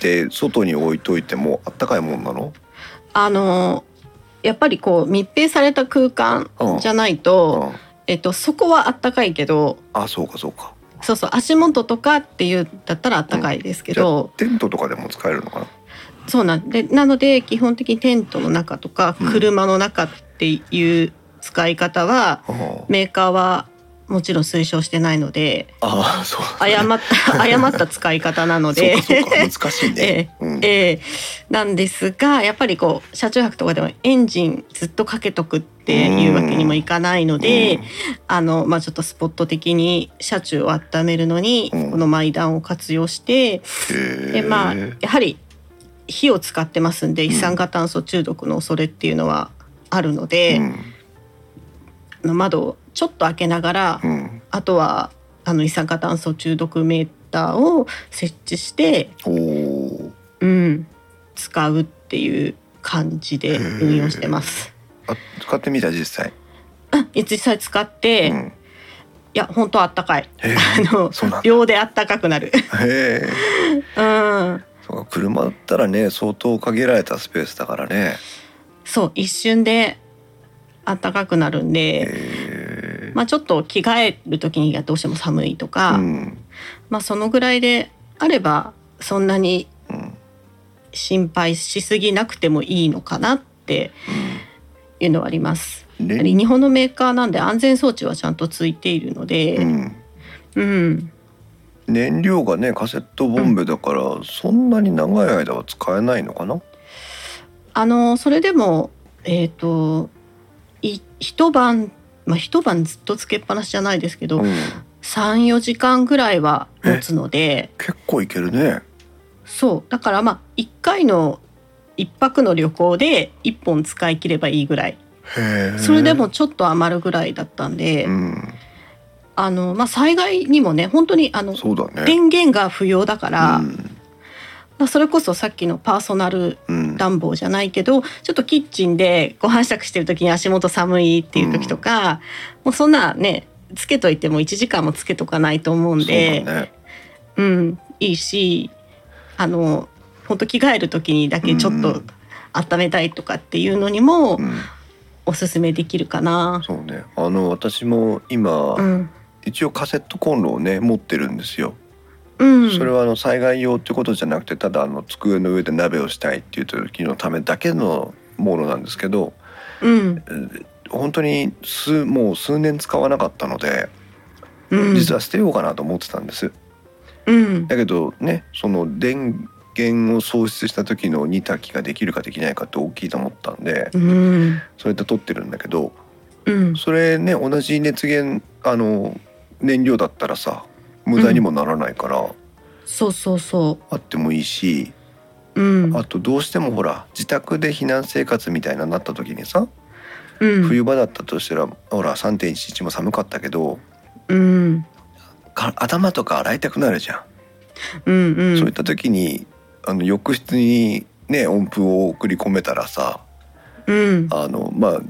Speaker 1: て外に置いといてもあったかいもんなの
Speaker 2: あのーやっぱりこう密閉された空間
Speaker 1: うん
Speaker 2: じゃないと、
Speaker 1: うん
Speaker 2: えっと、そこはあったかいけど。
Speaker 1: あそうかそうか
Speaker 2: そうそう、足元とかっていうだったらあったかいですけど、
Speaker 1: テントとかでも使えるのかな
Speaker 2: そうなんで、なので、基本的にテントの中とか
Speaker 1: うん、
Speaker 2: 車の中っていう使い方は。
Speaker 1: あ
Speaker 2: メーカーはもちろん推奨してないので
Speaker 1: ああそう
Speaker 2: 誤っ た誤った使い方なので
Speaker 1: そうかそうか難しいね。うん
Speaker 2: ええなんですがやっぱりこう車中泊とかでもエンジンずっとかけとくっていうわけにもいかないので、
Speaker 1: うん
Speaker 2: あのまあ、ちょっとスポット的に車中を温めるのに、
Speaker 1: うん
Speaker 2: このマイダンを活用して、でまあ
Speaker 1: へえ
Speaker 2: やはり火を使ってますんで
Speaker 1: ん
Speaker 2: 一酸化炭素中毒の恐れっていうのはあるので、
Speaker 1: うん
Speaker 2: あの窓をちょっと開けながら
Speaker 1: うん
Speaker 2: あとはあの一酸化炭素中毒メーターを設置して、
Speaker 1: おお
Speaker 2: うん、使うっていう感じで運用してます。
Speaker 1: あ使ってみた実際、
Speaker 2: あ実際使って、
Speaker 1: う
Speaker 2: い
Speaker 1: ん、
Speaker 2: や本当あったかい。
Speaker 1: へえ
Speaker 2: あの
Speaker 1: そうなんだ
Speaker 2: 秒であったかくなる。
Speaker 1: へえ
Speaker 2: うん、
Speaker 1: そうか車だったらね相当限られたスペースだからね
Speaker 2: そう一瞬であったかくなるんで。
Speaker 1: へえ
Speaker 2: まあ、ちょっと着替える時にはどうしても寒いとか、
Speaker 1: うん
Speaker 2: まあ、そのぐらいであればそんなに
Speaker 1: うん
Speaker 2: 心配しすぎなくてもいいのかなっていうのはあります。
Speaker 1: うん
Speaker 2: やはり日本のメーカーなんで安全装置はちゃんとついているの
Speaker 1: う
Speaker 2: で、
Speaker 1: ん
Speaker 2: うん、
Speaker 1: 燃料がねカセットボンベだから、そんなに長い間は使えないのかな
Speaker 2: あのそれでもえっ、とい一晩まあ一晩ずっとつけっぱなしじゃないですけど、
Speaker 1: うん、
Speaker 2: 三四時間ぐらいは持つので、
Speaker 1: 結構いけるね
Speaker 2: そうだからまあ一回の一泊の旅行で一本使い切ればいいぐらい、
Speaker 1: へえ
Speaker 2: それでもちょっと余るぐらいだったんで、
Speaker 1: うん
Speaker 2: あのまあ災害にもね本当にあの
Speaker 1: そうだね
Speaker 2: 電源が不要だから。
Speaker 1: うん
Speaker 2: まあ、それこそさっきのパーソナル
Speaker 1: うん
Speaker 2: 暖房じゃないけどちょっとキッチンでご飯支度してる時に足元寒いっていう時とか、もうそんなねつけといても1時間もつけとかないと思うんで
Speaker 1: そうだね
Speaker 2: うん、いいしあのほんと着替える時にだけちょっ
Speaker 1: う
Speaker 2: と
Speaker 1: ん
Speaker 2: 温めたいとかっていうのにも
Speaker 1: うん
Speaker 2: おすすめできるかな。
Speaker 1: そうねあの私も今、
Speaker 2: うん
Speaker 1: 一応カセットコンロをね持ってるんですよ、
Speaker 2: うん、
Speaker 1: それはあの災害用ってことじゃなくてただあの机の上で鍋をしたいっていう時のためだけのものなんですけど
Speaker 2: うん
Speaker 1: 本当に数もう数年使わなかったので
Speaker 2: うん、
Speaker 1: 実は捨てようかなと思ってたんです、
Speaker 2: うん
Speaker 1: だけどねその電源を喪失した時の煮炊きができるかできないかって大きいと思ったんで
Speaker 2: うん
Speaker 1: それで取ってるんだけど
Speaker 2: うん
Speaker 1: それね同じ熱源あの燃料だったらさ無駄にもならないから、
Speaker 2: そうそうそ
Speaker 1: あってもいいし
Speaker 2: う。うん
Speaker 1: あとどうしてもほら自宅で避難生活みたいなのになった時にさ
Speaker 2: うん
Speaker 1: 冬場だったとしたら、ほら3.11も寒かったけど
Speaker 2: うん
Speaker 1: か頭とか洗いたくなるじゃ、
Speaker 2: うんうんん
Speaker 1: そういった時にあの浴室にね温風を送り込めたらさ
Speaker 2: うん
Speaker 1: あのまあ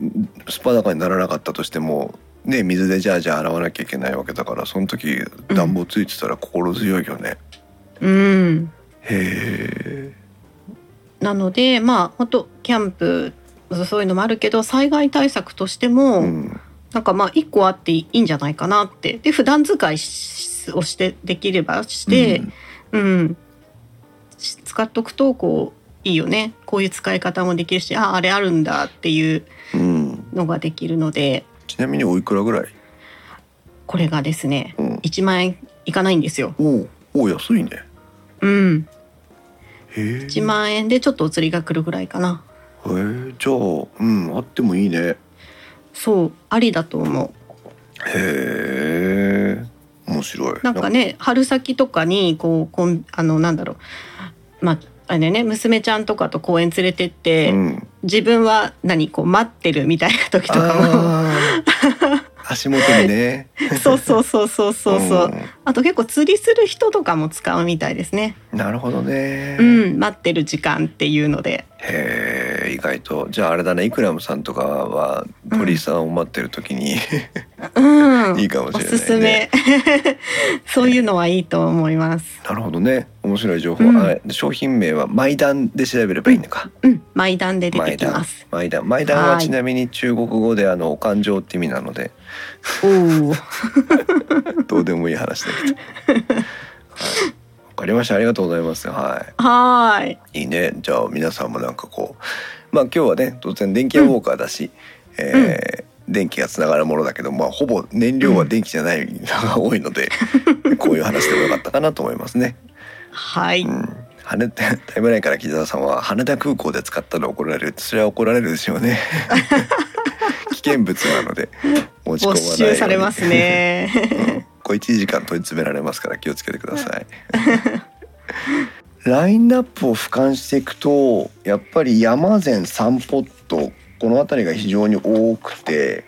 Speaker 1: スパだかにならなかったとしても。ね、水でじゃあじゃあ洗わなきゃいけないわけだからその時
Speaker 2: うん
Speaker 1: 暖房ついてたら心強いよね、
Speaker 2: うん
Speaker 1: へえ
Speaker 2: なのでまあ本当キャンプそういうのもあるけど災害対策としても、
Speaker 1: うん
Speaker 2: なんかまあ一個あっていいんじゃないかなってで普段使いしをしてできればして、うんし使っとくとこういいよねこういう使い方もできるしああれあるんだっていう
Speaker 1: うんうん、
Speaker 2: のができるので
Speaker 1: ちなみにおいくらぐらい、
Speaker 2: これがですね
Speaker 1: うん、
Speaker 2: 1万円いかないんですよ。
Speaker 1: おうおう安いね
Speaker 2: うん、
Speaker 1: へえ
Speaker 2: 1万円でちょっとお釣りが来るぐらいかな。
Speaker 1: へえじゃあうんあってもいいねへ
Speaker 2: そうありだと思う。
Speaker 1: え面白い
Speaker 2: なんかね春先とかにこうこんあのなんだろうまああれね娘ちゃんとかと公園連れてって、
Speaker 1: うん、
Speaker 2: 自分は何こう待ってるみたいな時とか
Speaker 1: あー足元にね
Speaker 2: も そうそうそうそう そうそう、あと結構釣りする人とかも使うみたいですね、
Speaker 1: うんなるほどね、
Speaker 2: うん待ってる時間っていう ので
Speaker 1: へえ意外とじゃああれだねイクラムさんとかは鳥さんを待ってる時 に、
Speaker 2: うん
Speaker 1: いいかもしれない、ね、
Speaker 2: おすすめ そういうのはいいと思います
Speaker 1: なるほどね面白い情報、
Speaker 2: うん
Speaker 1: あ商品名はマイダンで調べればいいのか、
Speaker 2: うん毎段で出
Speaker 1: マ
Speaker 2: て
Speaker 1: イ
Speaker 2: き
Speaker 1: ダ
Speaker 2: ま
Speaker 1: ン
Speaker 2: す
Speaker 1: マイダンマイダンは
Speaker 2: はい
Speaker 1: ちなみに中国語であのお感情って意味なので
Speaker 2: おお
Speaker 1: どうでもいい話だけど。はいわかりました。ありがとうございます。は
Speaker 2: はーい
Speaker 1: い。いいね。じゃあ皆さんもなんかこう、まあ今日はね、当然電気屋ウォーカーだし、えー電気がつながるものだけど、まあほぼ燃料は電気じゃないのが多いので、こういう話でもよかったかなと思いますね。
Speaker 2: はい、
Speaker 1: うん。羽田タイムラインから木澤さんは羽田空港で使ったら怒られる。それは怒られるでしょうね。危険物なので持ち込ま
Speaker 2: 没
Speaker 1: ないように
Speaker 2: 収されますね
Speaker 1: こう1時間問い詰められますから気をつけてください。 ラインナップを俯瞰していくとやっぱり山善3ポットこの辺りが非常に多くて、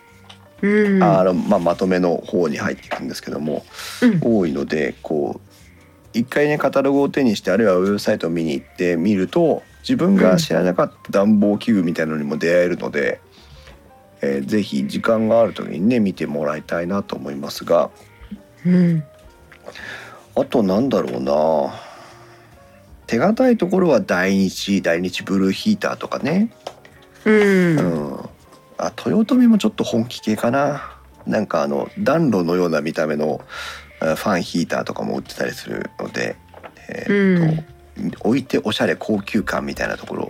Speaker 2: うん
Speaker 1: あのまあ、まとめの方に入っていくんですけども
Speaker 2: うん
Speaker 1: 多いのでこう一回ねカタログを手にしてあるいはウェブサイトを見に行って見ると自分が知らなかった暖房器具みたいなのにも出会えるので、えーぜひ時間がある時にね見てもらいたいなと思いますが。
Speaker 2: うん
Speaker 1: あとなんだろうな手堅いところは大日大日ブルーヒーターとかね
Speaker 2: うん
Speaker 1: うん、あ豊臣もちょっと本気系かななんかあの暖炉のような見た目のあファンヒーターとかも売ってたりするので、えーっと置いておしゃれ高級感みたいなところ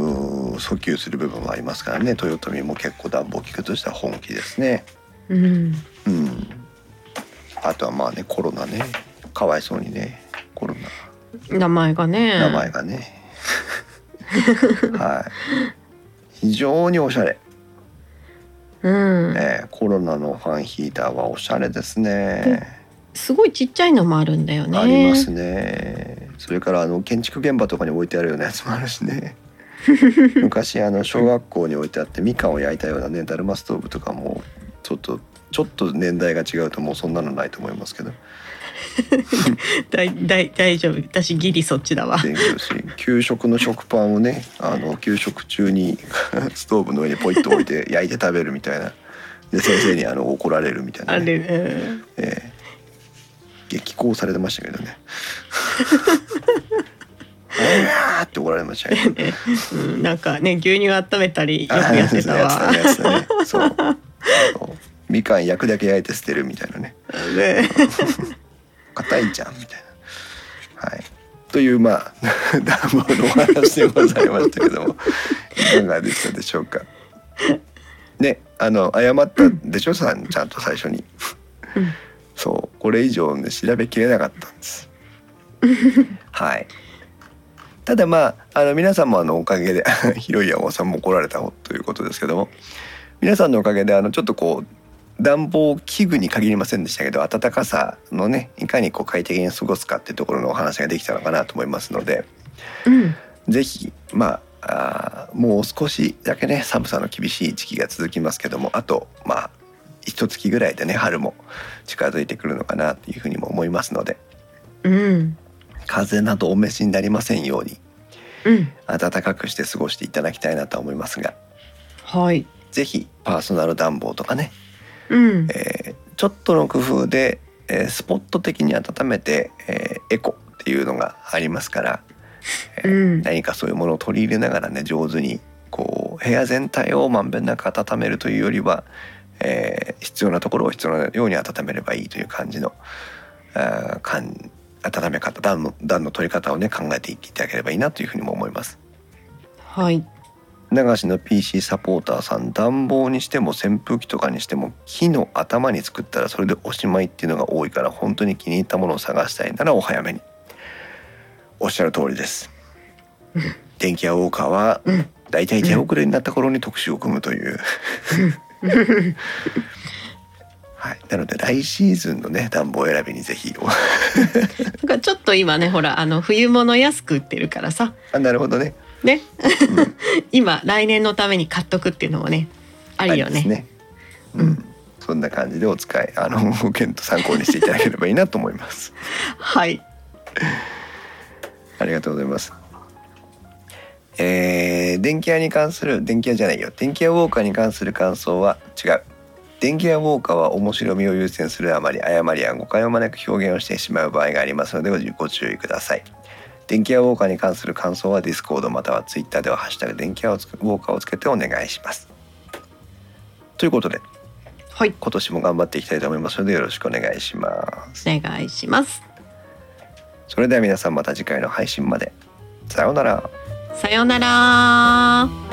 Speaker 1: をうん訴求する部分はありますからね豊臣も結構暖房器具としては本気ですね。
Speaker 2: うん
Speaker 1: うん、あとはまあねコロナねかわいそうにねコロナ。
Speaker 2: 名前がね
Speaker 1: 名前がね。はい。非常におしゃれ、
Speaker 2: うん、
Speaker 1: えーコロナのファンヒーターはおしゃれですね。
Speaker 2: すごいちっちゃいのもあるんだよね
Speaker 1: ありますね。それからあの建築現場とかに置いてあるようなやつもあるしね。昔あの小学校に置いてあってみかんを焼いたようなねだるまストーブとかもちょっとちょっと年代が違うともうそんなのないと思いますけど
Speaker 2: だいだい大丈夫私ギリそっちだわ
Speaker 1: で給食の食パンをねあの給食中に ストーブの上にポイッと置いて焼いて食べるみたいなで先生にあの怒られるみたい
Speaker 2: あ
Speaker 1: な、ね
Speaker 2: れ、うん
Speaker 1: ええ激高されてましたけど ね「おら!」って怒られました けど
Speaker 2: ねうん、なんかね牛乳温めたりよく
Speaker 1: あー
Speaker 2: やってたわ
Speaker 1: やってたねやってたねそうそうみかん焼くだけ焼いて捨てるみたいなね
Speaker 2: ね
Speaker 1: 硬いじゃんみたいな。はい。というまあ 暖房のお話でございましたけども、いかがでしたでしょうか。ね、あの謝ったでしょさんちゃんと最初に。
Speaker 2: うん
Speaker 1: そう、これ以上ね調べきれなかったんです。はい。ただまああの皆さんもあのおかげで ひろいやおさんも怒られたということですけども、皆さんのおかげであのちょっとこう暖房器具に限りませんでしたけど暖かさのねいかにこう快適に過ごすかっていうところのお話ができたのかなと思いますので
Speaker 2: うん
Speaker 1: ぜひまああーもう少しだけね寒さの厳しい時期が続きますけどもあとまあ一月ぐらいでね春も近づいてくるのかなというふうにも思いますので
Speaker 2: うん
Speaker 1: 風邪などお召しになりませんように
Speaker 2: うん
Speaker 1: 暖かくして過ごしていただきたいなと思いますが
Speaker 2: はい
Speaker 1: ぜひパーソナル暖房とかね
Speaker 2: うん
Speaker 1: えーちょっとの工夫で、えースポット的に温めて、えーエコっていうのがありますから、えー
Speaker 2: うん
Speaker 1: 何かそういうものを取り入れながらね上手にこう部屋全体をまんべんなく温めるというよりは、えー必要なところを必要なように温めればいいという感じのあーかん温め方暖の暖の取り方をね考えていただければいいなというふうにも思います。
Speaker 2: はい
Speaker 1: 流しの PC サポーターさん暖房にしても扇風機とかにしても木の頭に作ったらそれでおしまいっていうのが多いから本当に気に入ったものを探したいならお早めにおっしゃる通りです電気屋ウォーカーは
Speaker 2: うん
Speaker 1: だいたい手遅れになった頃に特集を組むという はいなので来シーズンのね暖房選びにぜひお
Speaker 2: なんかちょっと今ねほらあの冬物安く売ってるからさ
Speaker 1: あなるほどね
Speaker 2: ね、 今来年のために買っとくっていうのもねあるよ
Speaker 1: ありです
Speaker 2: ね。
Speaker 1: う
Speaker 2: うん
Speaker 1: ん、そんな感じでお使いあのご検討参考にしていただければいいなと思います
Speaker 2: はい
Speaker 1: ありがとうございます。えー電気屋に関する電気屋じゃないよ電気屋ウォーカーに関する感想は違う電気屋ウォーカーは面白みを優先するあまり誤りや誤解を招く表現をしてしまう場合がありますのでごご注意ください電気屋ウォーカーに関する感想は Discord または Twitter では「ハッシュタグ電気屋ウォーカー」をつけてお願いしますということで
Speaker 2: はい
Speaker 1: 今年も頑張っていきたいと思いますのでよろしくお願いします
Speaker 2: お願いします。
Speaker 1: それでは皆さんまた次回の配信までさようなら
Speaker 2: さようなら。